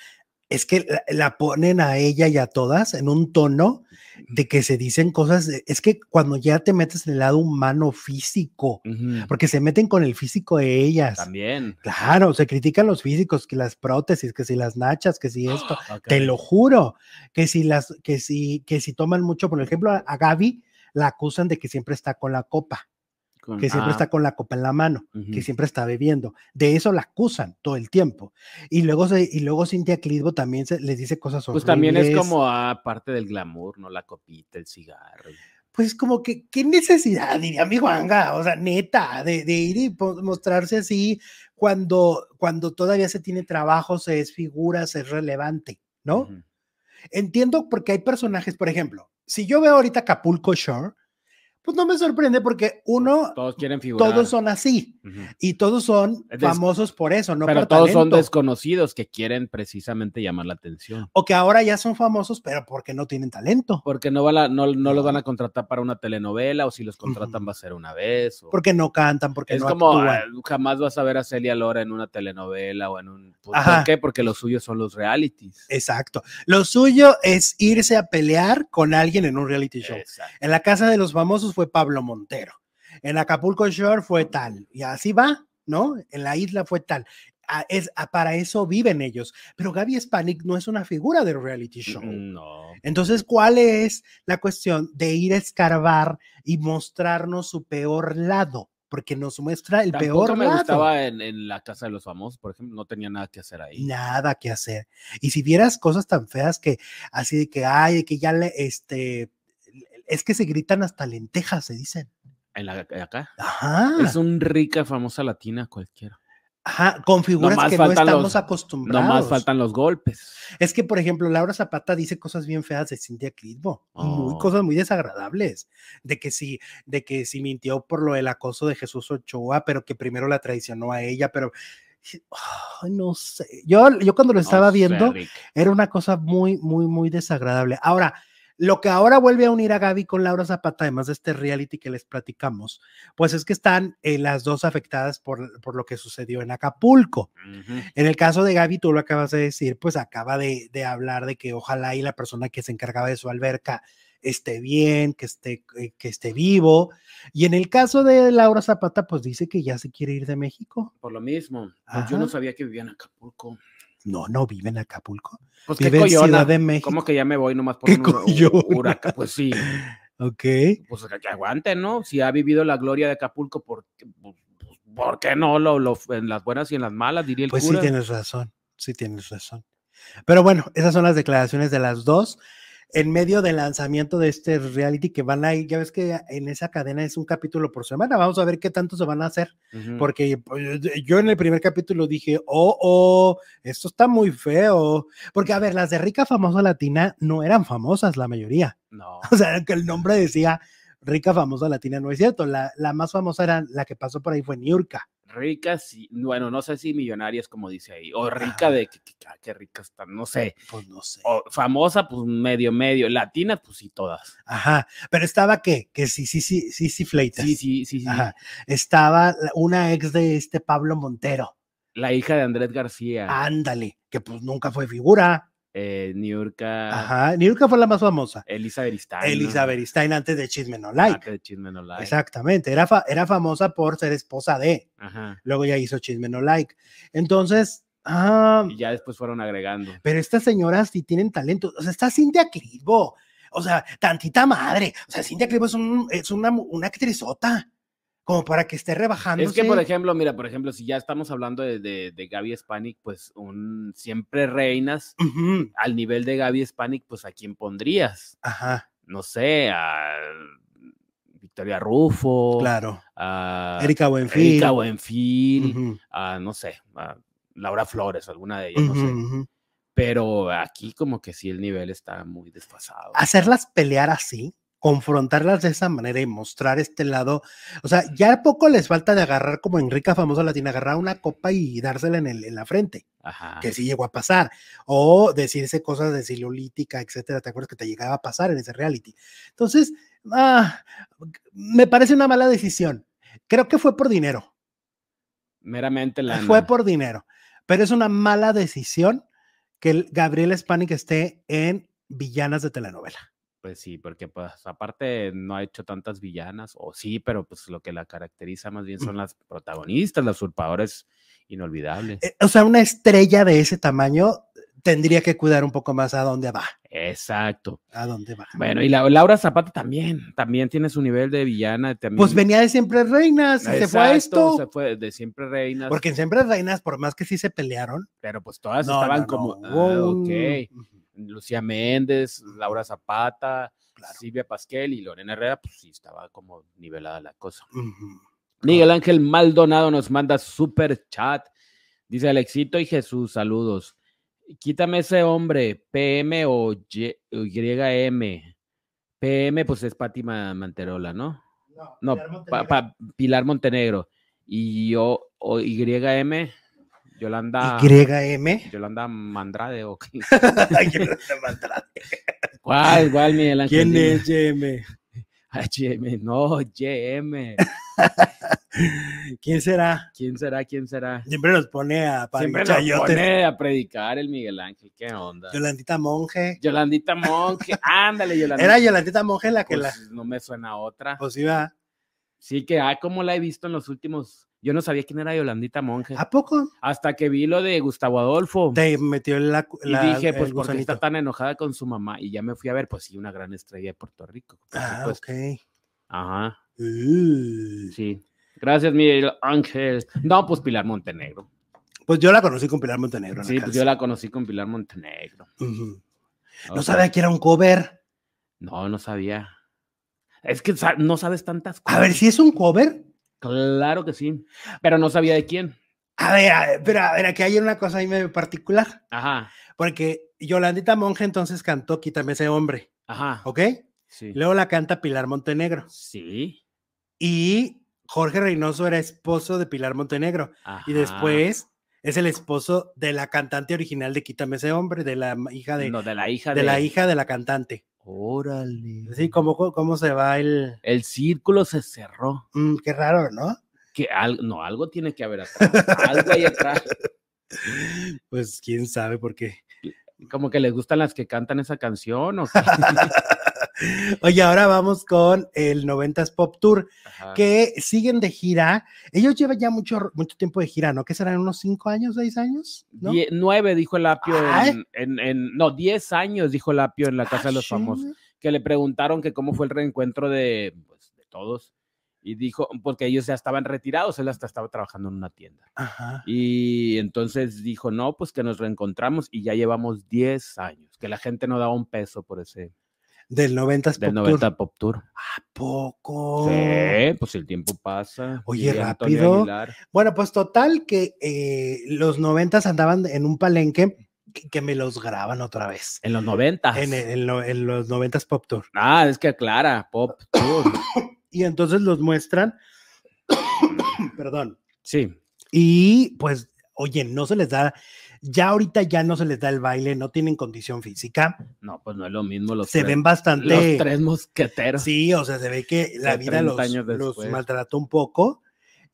A: Es que la, la ponen a ella y a todas en un tono de que se dicen cosas. de- Es que cuando ya te metes en el lado humano físico,
C: Ujú.
A: porque se meten con el físico de ellas.
C: También.
A: Claro, se critican los físicos, que las prótesis, que si las nachas, que si esto,
C: Ah,
A: te
C: caray.
A: lo juro, que si las, que si, que si toman mucho, por ejemplo, a, a Gaby la acusan de que siempre está con la copa,
C: Con-
A: que siempre
C: ah,
A: está con la copa en la mano,
C: ujú.
A: que siempre está bebiendo, de eso la acusan todo el tiempo. Y luego se, y luego Cintia Clitbo también se, les dice cosas
C: Pues
A: horribles.
C: también es como ah, parte del glamour, ¿no? La copita, el cigarro.
A: pues como que, ¿qué necesidad, diría mi Juanga? O sea, neta, de, de ir y po- mostrarse así cuando, cuando todavía se tiene trabajo, se es figura, se es relevante, ¿no?
C: Ujú.
A: Entiendo porque hay personajes, por ejemplo, si yo veo ahorita Acapulco Shore, pues no me sorprende porque uno,
C: Pues, Todos quieren figurar.
A: todos son así
C: Ujú.
A: y todos son
C: Des-
A: famosos por eso, no
C: pero
A: por
C: todos son
A: talento.
C: desconocidos que quieren precisamente llamar la atención.
A: o que ahora ya son famosos, pero porque no tienen talento,
C: Porque no, va la- no, no los van
A: No.
C: a contratar para una telenovela o si los contratan
A: Ujú.
C: va a ser una vez. o-
A: porque no cantan, porque
C: es
A: no
C: como
A: actúan.
C: ah, jamás vas a ver a Celia Lora en una telenovela o en un... pues, ¿Por
A: Ajá.
C: qué? Porque los suyos son los realities.
A: Exacto. Lo suyo es irse a pelear con alguien en un reality show.
C: Exacto.
A: En la casa de los famosos fue Pablo Montero. En Acapulco Shore fue tal. Y así va, ¿no? En la isla fue tal. Ah, es, ah, para eso viven ellos. Pero Gaby Spanik no es una figura del reality show.
C: mm, No.
A: Entonces, ¿cuál es la cuestión de ir a escarbar y mostrarnos su peor lado? Porque nos muestra el
C: Tampoco
A: peor
C: me
A: lado.
C: gustaba en, en la casa de los famosos, por ejemplo, no tenía nada que hacer ahí.
A: nada que hacer. Y si vieras cosas tan feas que así de que ay, de que ya le este es que se gritan hasta lentejas, se dicen.
C: En la, acá.
A: Ajá.
C: Es un rica, famosa latina cualquiera.
A: Ajá, con figuras
C: Nomás
A: que no
C: faltan
A: estamos
C: los-
A: acostumbrados.
C: Nomás faltan los golpes.
A: Es que, por ejemplo, Laura Zapata dice cosas bien feas de Cintia Clitbo, muy
C: Oh.
A: cosas muy desagradables, de que sí, de que sí mintió por lo del acoso de Jesús Ochoa, pero que primero la traicionó a ella, pero ay, no sé. Yo, yo cuando lo estaba
C: No sé,
A: viendo,
C: Rick.
A: era una cosa muy, muy, muy desagradable. Ahora, lo que ahora vuelve a unir a Gaby con Laura Zapata, además de este reality que les platicamos, pues es que están eh, las dos afectadas por, por lo que sucedió en Acapulco.
C: Ujú.
A: En el caso de Gaby, tú lo acabas de decir, pues acaba de, de hablar de que ojalá y la persona que se encargaba de su alberca esté bien, que esté, eh, que esté vivo. Y en el caso de Laura Zapata, pues dice que ya se quiere ir de México.
C: Por lo mismo. Pues yo
A: Ajá.
C: no sabía que vivía en Acapulco.
A: No, no vive en Acapulco.
C: Pues qué
A: Vive en Ciudad
C: coyona.
A: de México.
C: ¿Cómo que ya me voy nomás por
A: Qué
C: un hura-
A: coyona.
C: huracán? Pues sí,
A: Ok.
C: pues que que aguante, ¿no? Si ha vivido la gloria de Acapulco, ¿por qué, pues, pues, ¿por qué no? Lo, lo- en las buenas y en las malas, diría el
A: Pues sí
C: cura.
A: tienes razón, sí tienes razón. Pero bueno, esas son las declaraciones de las dos en medio del lanzamiento de este reality que van a ir, ya ves que en esa cadena es un capítulo por semana, vamos a ver qué tanto se van a hacer,
C: Ujú.
A: porque pues, yo en el primer capítulo dije, oh, oh, esto está muy feo, porque a ver, las de Rica Famosa Latina no eran famosas la mayoría,
C: No.
A: o sea, que el nombre decía Rica Famosa Latina, no es cierto, la, la más famosa era la que pasó por ahí fue Niurka.
C: Rica, sí. Bueno, no sé si millonarias, como dice ahí. O rica
A: Ajá.
C: de que, que- ah, qué rica está, no sé.
A: Pues no sé.
C: O famosa, pues medio, medio. Latina, pues sí, todas.
A: Ajá, pero estaba qué? Que sí, sí, sí, sí, sí, Fleitas.
C: Sí, sí, sí, sí.
A: Ajá. Estaba la- una ex de este Pablo Montero.
C: La hija de Andrés García,
A: Ándale, que pues nunca fue figura.
C: eh, Niurka,
A: Ajá, ni nunca fue la más famosa.
C: Elisa Beristain. ¿no?
A: Elizabeth Stein antes de Chisme No
C: Antes
A: Like.
C: de Chisme No Like.
A: Exactamente, era, fa- era famosa por ser esposa de.
C: Ajá.
A: Luego ya hizo Chisme No Like. Entonces, ah,
C: Y ya después fueron agregando.
A: pero estas señoras sí tienen talento. O sea, está Cintia Clitbo. O sea, tantita madre. O sea, Cintia Clitbo es, un- es una, mu- una actrizota. Como para que esté rebajando.
C: Es que, por ejemplo, mira, por ejemplo, si ya estamos hablando de, de, de Gaby Spanik, pues un siempre reinas al nivel de Gaby Spanik, pues a quién pondrías?
A: Ajá,
C: No sé, a Victoria Rufo,
A: claro.
C: a
A: Erika Buenfil.
C: Oh, ah, Erika Buenfil,
A: Ujú,
C: a no sé, a Laura Flores, alguna de ellas, no
A: ujú,
C: sé.
A: ujú.
C: Pero aquí como que sí el nivel está muy desfasado.
A: Hacerlas pelear así, confrontarlas de esa manera y mostrar este lado. O sea, ya poco les falta de agarrar como Enrica Famosa Latina, agarrar una copa y dársela en, el- en la frente,
C: Ajá.
A: que sí llegó a pasar. O decirse cosas de celulítica, etcétera. ¿Te acuerdas que te llegaba a pasar en ese reality? Entonces, ah, me parece una mala decisión. Creo que fue por dinero.
C: Meramente la...
A: Fue por dinero. Pero es una mala decisión que el Gabriel Spanik esté en villanas de telenovela.
C: Pues sí, porque pues aparte no ha hecho tantas villanas, o sí, pero pues lo que la caracteriza más bien son las protagonistas, las usurpadoras inolvidables.
A: Eh, o sea, una estrella de ese tamaño tendría que cuidar un poco más a dónde va.
C: Exacto.
A: A dónde va.
C: Bueno, y la- Laura Zapata también, también tiene su nivel de villana. También,
A: Pues venía de siempre reinas, y se fue a
C: mm. Exacto,
A: esto.
C: Se fue de siempre reinas,
A: Porque en siempre reinas, por más que sí se pelearon,
C: pero pues todas
A: no,
C: estaban
A: no, no,
C: como,
A: hubo
C: ah,
A: un-
C: ok,
A: Ujú,
C: Lucía Méndez, Laura Zapata,
A: Claro.
C: Silvia Pasquel y Lorena Herrera, pues sí, estaba como nivelada la cosa.
A: ujú.
C: Miguel Ángel Maldonado nos manda super chat. Dice Alexito y Jesús, saludos. Quítame ese hombre, PM o Y- o YM. PM, pues es Pati Ma- Manterola, ¿no? No,
A: Pilar Montenegro.
C: Pa- pa- Pilar Montenegro. Y yo, o YM, Yolanda,
A: YM.
C: Yolanda Mandrade. ¿o qué?
A: Ay, yo no te mandaré.
C: ¿Cuál, cuál, Miguel Ángel?
A: ¿Quién
C: Dime.
A: es YM?
C: HM, no, YM.
A: ¿Quién será?
C: ¿Quién será? ¿Quién será?
A: Siempre nos pone a
C: Siempre nos
A: chayotes.
C: pone a predicar el Miguel Ángel, ¿qué onda?
A: Yolandita Monje.
C: Yolandita Monge, ándale, Yolandita.
A: Era Yolandita Monje la que
C: Pues,
A: la.
C: No me suena a otra.
A: Pues iba.
C: Sí, que ah, como la he visto en los últimos. Yo no sabía quién era Yolandita Monge.
A: ¿A poco?
C: Hasta que vi lo de Gustavo Adolfo.
A: Te metió la. cu-
C: y
A: la
C: dije,
A: el
C: pues, ¿por qué
A: gusanito.
C: está tan enojada con su mamá? Y ya me fui a ver, pues sí, una gran estrella de Puerto Rico. por
A: Ah,
C: supuesto.
A: ok.
C: Ajá,
A: Uh.
C: sí. Gracias, Miguel Ángel. No, pues Pilar Montenegro.
A: Pues yo la conocí con Pilar Montenegro. en la
C: Sí, pues
A: casa.
C: yo la conocí con Pilar Montenegro.
A: Ujú.
C: O
A: No
C: sea,
A: sabía que era un cover.
C: No, no sabía. Es que sa- no sabes tantas cosas.
A: A ver si es un cover.
C: Claro que sí, pero no sabía de quién.
A: A ver, a ver, pero a ver, aquí hay una cosa ahí medio particular,
C: Ajá,
A: porque Yolandita Monge entonces cantó Quítame ese hombre,
C: ajá.
A: ¿ok?
C: Sí.
A: Luego la canta Pilar Montenegro.
C: Sí.
A: Y Jorge Reynoso era esposo de Pilar Montenegro. Y
C: ajá.
A: después es el esposo de la cantante original de Quítame ese hombre, de la hija de,
C: No, de la hija
A: de la hija de la cantante.
C: Órale.
A: Sí, ¿cómo, cómo se va el...
C: El círculo se cerró.
A: Mm, qué raro, ¿no?
C: Que al- no, algo tiene que haber atrás. Algo ahí atrás.
A: Pues quién sabe por qué.
C: Como que les gustan las que cantan esa canción. ¿o qué?
A: Oye, ahora vamos con el 90s Pop Tour,
C: Ajá.
A: que siguen de gira. Ellos llevan ya mucho, mucho tiempo de gira, ¿no? ¿Qué serán unos 5 años, 6 años? ¿No?
C: Die- nueve, dijo el apio.
A: Ah,
C: En, en- en- no, diez años, dijo el apio en la Casa de los
A: Ah,
C: Famosos. Que le preguntaron que cómo fue el reencuentro de, pues, de todos. Y dijo, porque ellos ya estaban retirados, él hasta estaba trabajando en una tienda.
A: Ajá.
C: Y entonces dijo, no, pues que nos reencontramos y ya llevamos 10 años, que la gente no daba un peso por ese
A: Del 90s
C: del
A: Pop
C: 90
A: Tour.
C: Pop Tour.
A: ¿A poco?
C: Sí, pues el tiempo pasa.
A: Oh. Oye,
C: diría Antonio
A: rápido.
C: Aguilar.
A: Bueno, pues total que eh, los 90s andaban en un palenque que, que me los graban otra vez.
C: En los 90.
A: En, el- en lo- en los 90s Pop Tour.
C: Ah, es que aclara, Pop Tour.
A: Y entonces los muestran. Perdón.
C: Sí,
A: Y pues, oye, no se les da, ya ahorita ya no se les da el baile, no tienen condición física,
C: no, pues no es lo mismo los,
A: se
C: tres,
A: ven
C: los
A: bastante.
C: tres mosqueteros.
A: Sí, o sea, se ve que la
C: De
A: vida
C: 30
A: los,
C: años
A: los
C: después.
A: maltrató un poco.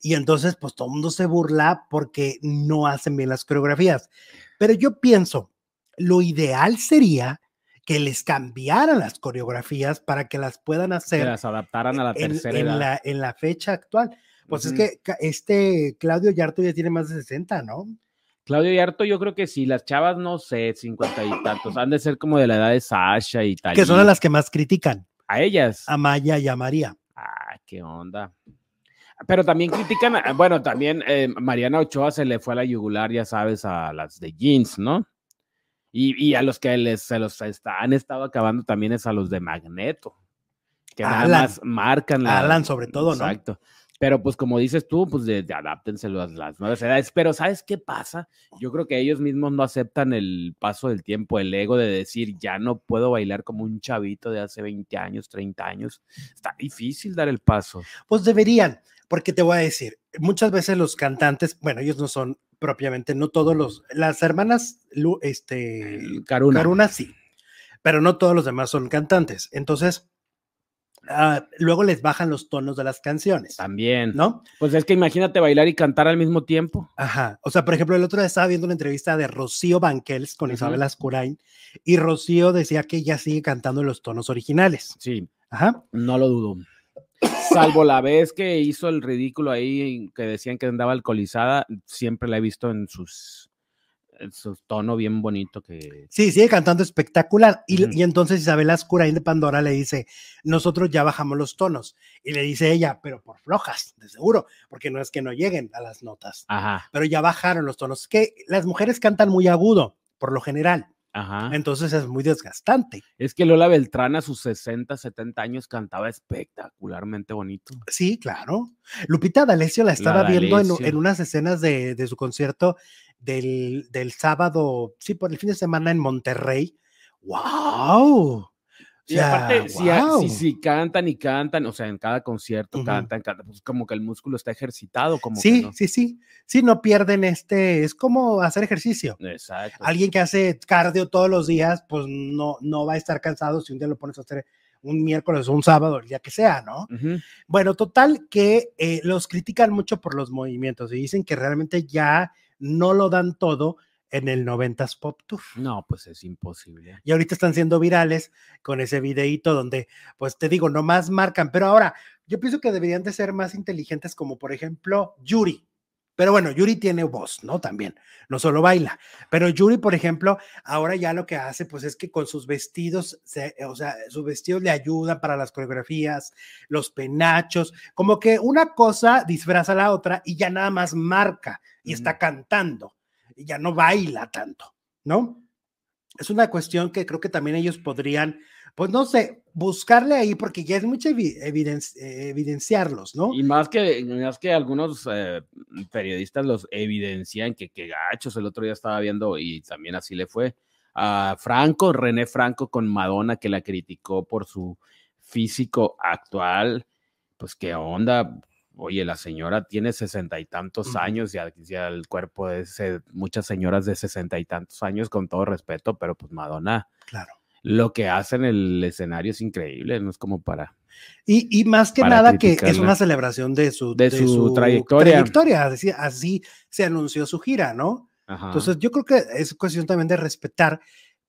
A: Y entonces, pues todo el mundo se burla porque no hacen bien las coreografías. Pero yo pienso, lo ideal sería que les cambiaran las coreografías para que las puedan
C: que
A: hacer
C: las adaptaran a la
A: en,
C: tercera
A: en
C: edad.
A: la, en la fecha actual. Pues
C: Ujú.
A: es que ca- este Claudio Yarto ya tiene más de 60, ¿no?
C: Claudio Yarto, yo creo que sí, las chavas, no sé, 50 y tantos, han de ser como de la edad de Sasha y tal.
A: que son a las que más critican,
C: A ellas.
A: a Maya y a María.
C: Ah, qué onda. Pero también critican, a- bueno, también eh, Mariana Ochoa se le fue a la yugular, ya sabes, a las de jeans, ¿no? Y, y a los que les, se los está- han estado acabando también es a los de Magneto, que
A: Alan.
C: nada más marcan la-
A: Alan, sobre todo, ¿no?
C: Exacto. Pero pues como dices tú, pues de, de adáptense las, las nuevas edades. Pero ¿sabes qué pasa? Yo creo que ellos mismos no aceptan el paso del tiempo, el ego de decir, ya no puedo bailar como un chavito de hace 20 años, 30 años. Está difícil dar el paso.
A: Pues deberían, porque te voy a decir, muchas veces los cantantes, bueno, ellos no son propiamente, no todos los, las hermanas, Lu- este,
C: El Caruna.
A: Caruna sí, pero no todos los demás son cantantes. Entonces, ah, luego les bajan los tonos de las canciones,
C: También.
A: ¿no?
C: Pues es que imagínate bailar y cantar al mismo tiempo.
A: Ajá. O sea, por ejemplo, el otro día estaba viendo una entrevista de Rocío Banquels con
C: Ujú.
A: Isabel Ascurain y Rocío decía que ella sigue cantando los tonos originales.
C: Sí,
A: Ajá.
C: no lo dudo. Salvo la vez que hizo el ridículo ahí, en que decían que andaba alcoholizada, siempre la he visto en sus en su tono bien bonito que
A: Sí, sigue cantando espectacular. Y,
C: Ujú.
A: y entonces Isabel Ascurain de Pandora le dice, nosotros ya bajamos los tonos. Y le dice ella, pero por flojas, de seguro, porque no es que no lleguen a las notas,
C: Ajá,
A: pero ya bajaron los tonos. Que las mujeres cantan muy agudo, por lo general.
C: ajá.
A: Entonces es muy desgastante.
C: Es que Lola Beltrán a sus 60, 70 años cantaba espectacularmente bonito.
A: Sí, claro. Lupita D'Alessio la estaba viendo en,
C: D'Alessio.
A: en unas escenas de, de su concierto del, del sábado, sí, por el fin de semana en Monterrey. ¡Wow!
C: Y
A: O sea,
C: aparte, si, a-
A: guau.
C: si, si cantan y cantan, o sea, en cada concierto
A: Ujú.
C: cantan, cantan, pues como que el músculo está ejercitado, como
A: Sí,
C: que no.
A: sí, sí. Sí, no pierden este, es como hacer ejercicio.
C: Exacto.
A: Alguien que hace cardio todos los días, pues no, no va a estar cansado si un día lo pones a hacer un miércoles o un sábado, el día que sea, ¿no?
C: Ujú.
A: Bueno, total que eh, los critican mucho por los movimientos y dicen que realmente ya no lo dan todo en el 90s Pop Tour.
C: No, pues es imposible.
A: Y ahorita están siendo virales con ese videíto donde, pues te digo, nomás marcan. Pero ahora, yo pienso que deberían de ser más inteligentes, como por ejemplo Yuri. Pero bueno, Yuri tiene voz, ¿no? También, no solo baila. Pero Yuri, por ejemplo, ahora ya lo que hace, pues es que con sus vestidos, se- o sea, sus vestidos le ayudan para las coreografías, los penachos, como que una cosa disfraza a la otra y ya nada más marca y está
C: Ujú.
A: cantando y ya no baila tanto, ¿no? Es una cuestión que creo que también ellos podrían, pues no sé, buscarle ahí porque ya es mucho evi- evidenci- eh, evidenciarlos, ¿no?
C: Y más que, más que algunos eh, periodistas los evidencian que, que gachos, el otro día estaba viendo y también así le fue a Franco, René Franco con Madonna que la criticó por su físico actual, pues qué onda, oye, la señora tiene sesenta y tantos
A: Ujú.
C: años y al, y al cuerpo de ese- muchas señoras de sesenta y tantos años, con todo respeto, pero pues Madonna,
A: Claro.
C: lo que hace en el escenario es increíble, no es como para
A: Y, y más que
C: Para
A: nada que es
C: criticarla.
A: una celebración de su,
C: De su trayectoria.
A: trayectoria, así, así se anunció su gira, ¿no?
C: Ajá.
A: Entonces yo creo que es cuestión también de respetar,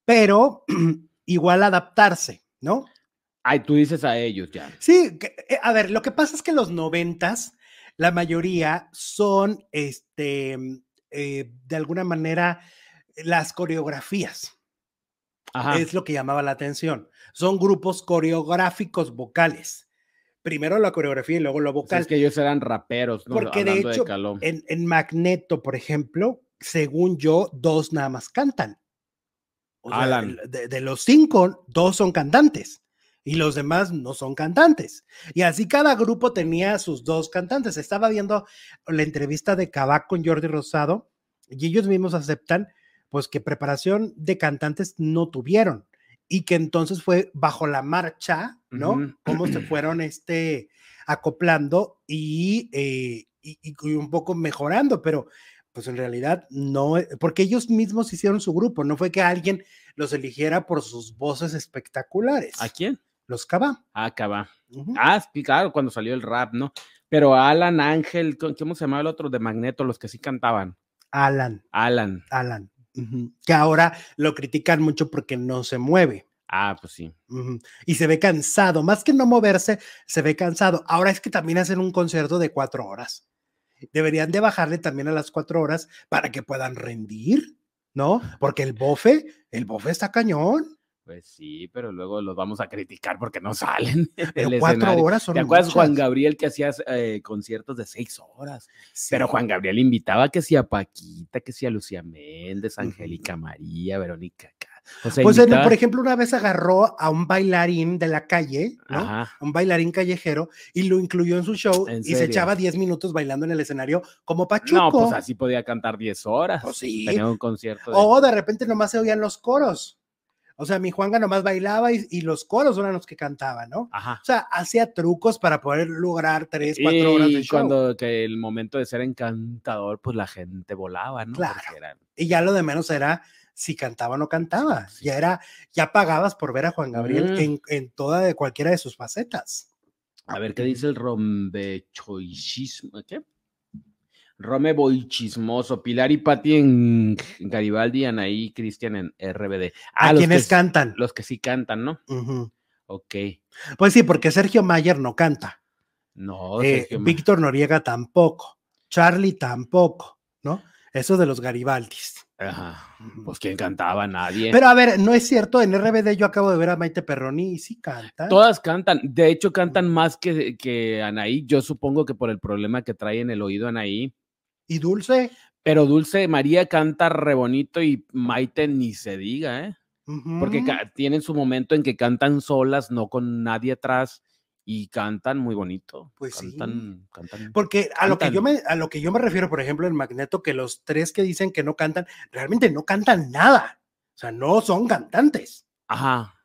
A: pero igual adaptarse, ¿no?
C: Ay, tú dices a ellos ya.
A: Sí, que- eh, a ver, lo que pasa es que los noventas, la mayoría son, este, mm, eh, de alguna manera, eh, las coreografías,
C: Ajá.
A: es lo que llamaba la atención. Son grupos coreográficos vocales. Primero la coreografía y luego lo
C: O sea,
A: vocal.
C: es que ellos eran raperos, ¿no?
A: Porque de
C: Hablando de
A: hecho,
C: Caló.
A: en, en Magneto, por ejemplo, según yo, dos nada más cantan. O sea,
C: Alan.
A: de, de los cinco, dos son cantantes y los demás no son cantantes. Y así cada grupo tenía sus dos cantantes. Estaba viendo la entrevista de Cabac con Jordi Rosado y ellos mismos aceptan pues que preparación de cantantes no tuvieron y que entonces fue bajo la marcha, ¿no?
C: Ujú.
A: Cómo se fueron este acoplando y, eh, y- y- y un poco mejorando, pero pues en realidad no, eh, porque ellos mismos hicieron su grupo, no fue que alguien los eligiera por sus voces espectaculares.
C: ¿A quién?
A: Los Cava.
C: Ah, Cabá.
A: Ujú.
C: Ah, sí, claro, cuando salió el rap, ¿no? Pero Alan Ángel, ¿cómo- ¿cómo se llamaba el otro de Magneto? Los que sí cantaban.
A: Alan,
C: Alan.
A: Alan, ujú, que ahora lo critican mucho porque no se mueve.
C: Ah, pues sí.
A: Ujú. Y se ve cansado, más que no moverse, se ve cansado. Ahora es que también hacen un concierto de cuatro horas. Deberían de bajarle también a las cuatro horas para que puedan rendir, ¿no? Porque el bofe, el bofe está cañón,
C: Pues sí, pero luego los vamos a criticar porque no salen.
A: pero
C: del
A: cuatro
C: escenario.
A: horas son
C: ¿Te acuerdas Juan
A: muchas.
C: Gabriel que hacía eh, conciertos de seis horas?
A: Sí.
C: Pero Juan Gabriel invitaba que si a Paquita, que si a Lucía Méndez, Angélica María, Verónica. Ca- O sea,
A: Pues, en-
C: invitaba-
A: por ejemplo, una vez agarró a un bailarín de la calle, ¿no?
C: Ajá.
A: un bailarín callejero y lo incluyó en su show
C: ¿En
A: y se
C: serio?
A: echaba 10 minutos bailando en el escenario como Pachuco.
C: No, pues así podía cantar 10 horas.
A: Pues sí.
C: Tenía un concierto. de-
A: O de repente nomás se oían los coros. O sea, mi Juanga nomás bailaba y, y los coros eran los que cantaban, ¿no?
C: Ajá.
A: O sea, hacía trucos para poder lograr 3, 4 horas de
C: Y
A: show.
C: cuando que el momento de ser encantador, pues la gente volaba, ¿no?
A: Claro.
C: Porque eran
A: Y ya lo de menos era si cantaba o no cantaba. Ya era, ya pagabas por ver a Juan Gabriel
C: Mm.
A: en, en toda de cualquiera de sus facetas. Ah,
C: A ver, ¿qué dice el rombechoichismo? ¿Qué? Romeboichismoso, Pilar y Pati en Garibaldi, Anaí, Cristian en RBD.
A: ¿A
C: Ah, los
A: quienes
C: que,
A: cantan?
C: Los que sí cantan, ¿no?
A: Ujú.
C: Ok.
A: Pues sí, porque Sergio Mayer no canta. Eh,
C: No, Oh, Sergio Ma-
A: Víctor Noriega tampoco, Charlie tampoco, ¿no? Eso de los Garibaldis.
C: Ajá. Pues quién cantaba, nadie.
A: Pero a ver, no es cierto, en RBD yo acabo de ver a Maite Perroni y sí canta.
C: Todas cantan, de hecho cantan más que, que Anaí, yo supongo que por el problema que trae en el oído Anaí,
A: Y Dulce.
C: pero Dulce María canta re bonito y Maite ni se diga, ¿eh?
A: ujú.
C: Porque ca- tienen su momento en que cantan solas, no con nadie atrás y cantan muy bonito.
A: Pues sí.
C: cantan, cantan.
A: Porque a lo, que yo
C: cantan.
A: me, a lo que yo me refiero, por ejemplo, en Magneto, que los tres que dicen que no cantan, realmente no cantan nada. O sea, no son cantantes.
C: Ajá.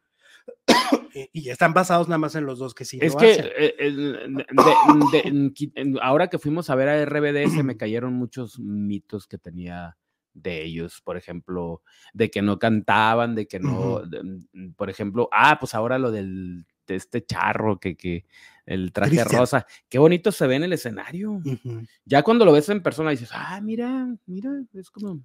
A: Y, y están basados nada más en los dos que sí.
C: Es
A: lo
C: que
A: hacen.
C: eh, eh, de- de- de- qui- en- ahora que fuimos a ver a RBD se me cayeron muchos mitos que tenía de ellos, por ejemplo, de que no cantaban, de que no,
A: Ujú.
C: de- mm, por ejemplo, ah, pues ahora lo del de este charro que, que el traje
A: Cristian.
C: rosa, qué bonito se ve en el escenario.
A: Ujú.
C: Ya cuando lo ves en persona dices, ah, mira, mira, es como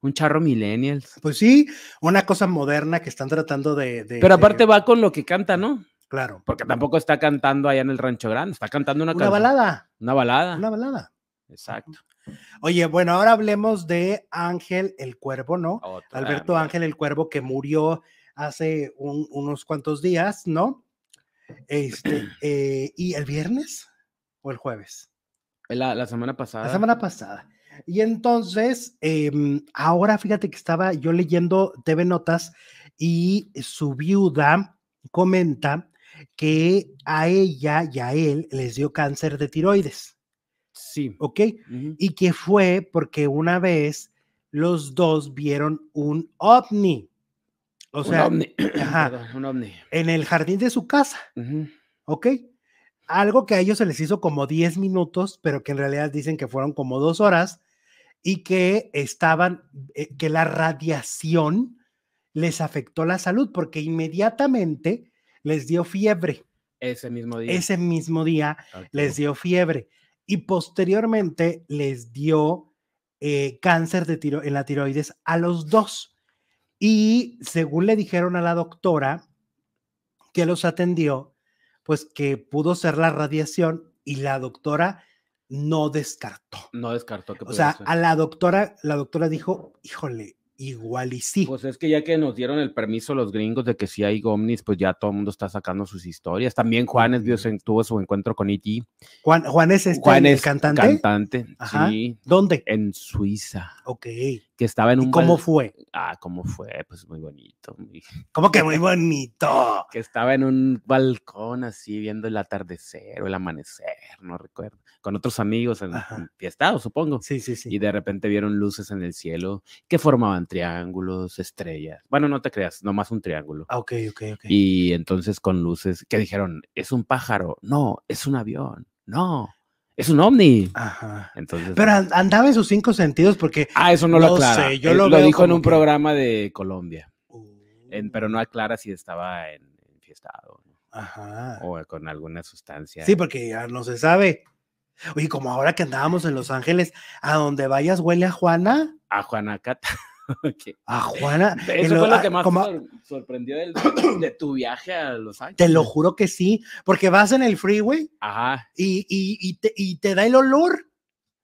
C: un charro millennials.
A: Pues sí, una cosa moderna que están tratando de. de-
C: Pero
A: de-
C: aparte va con lo que canta, ¿no?
A: Claro.
C: Porque tampoco está cantando allá en el Rancho Grande, está cantando una,
A: Una
C: canción-
A: balada.
C: Una balada.
A: Una balada.
C: Exacto.
A: Oye, bueno, ahora hablemos de Ángel el Cuervo, ¿no? Alberto Ángel el Cuervo que murió hace un- unos cuantos días, ¿no? Este, eh, ¿Y el viernes o el jueves?
C: La, la semana pasada.
A: La semana pasada. Y entonces, em, ahora fíjate que estaba yo leyendo TV Notas y su viuda comenta que a ella y a él les dio cáncer de tiroides,
C: Sí.
A: ¿ok?
C: Ujú.
A: Y que fue porque una vez los dos vieron un ovni, o sea,
C: un ovni.
A: ajá.
C: Perdón, un ovni.
A: en el jardín de su casa,
C: Ujú.
A: ¿ok? Algo que a ellos se les hizo como 10 minutos, pero que en realidad dicen que fueron como dos horas y que estaban, eh, que la radiación les afectó la salud porque inmediatamente les dio fiebre.
C: Ese mismo día.
A: Ese mismo día
C: Ok.
A: les dio fiebre y posteriormente les dio eh, cáncer de tiro en la tiroides a los dos. Y según le dijeron a la doctora que los atendió, pues que pudo ser la radiación y la doctora no descartó.
C: No descartó que
A: O sea,
C: pudiera ser.
A: a la doctora, la doctora dijo, híjole, igual y sí.
C: Pues es que ya que nos dieron el permiso los gringos de que si hay ovnis, pues ya todo el mundo está sacando sus historias. También Juanes vio, su- tuvo su encuentro con E.T.
A: Juan, Juan es este, el cantante.
C: cantante,
A: Ajá.
C: sí,
A: ¿Dónde?
C: en Suiza,
A: Ok.
C: que estaba en
A: ¿Y
C: un...
A: cómo
C: bal-
A: fue?
C: Ah, ¿cómo fue? Pues muy bonito. muy-
A: ¿Cómo que muy bonito?
C: Que estaba en un balcón así viendo el atardecer o el amanecer, no recuerdo. Con otros amigos en,
A: Ajá.
C: en fiestado, supongo.
A: Sí, sí, sí.
C: Y de repente vieron luces en el cielo que formaban triángulos, estrellas. Bueno, no te creas, nomás un triángulo.
A: Ah, ok, ok, ok.
C: Y entonces con luces que dijeron, es un pájaro, no, es un avión, no, es un ovni.
A: Ajá.
C: Entonces,
A: Ah, Pero an- andaba en sus cinco sentidos porque.
C: ah, eso no,
A: no
C: lo aclara.
A: sé, yo
C: Eh,
A: lo
C: lo,
A: veo
C: dijo en
A: como
C: un
A: que- Mm.
C: programa de Colombia, en- pero no aclara si estaba en, enfiestado ¿no?
A: Ajá.
C: o con alguna sustancia.
A: Sí, porque ya no se sabe. Oye, como ahora que andábamos en Los Ángeles, a donde vayas huele a Juana.
C: A Juana Cata. Ok.
A: A Juana. en
C: Eso
A: lo-
C: fue lo
A: ah,
C: que más
A: como-
C: me sorprendió del- de tu viaje a Los Ángeles.
A: te lo juro que sí, porque vas en el freeway
C: Ajá.
A: y, y- y te, y te da el olor.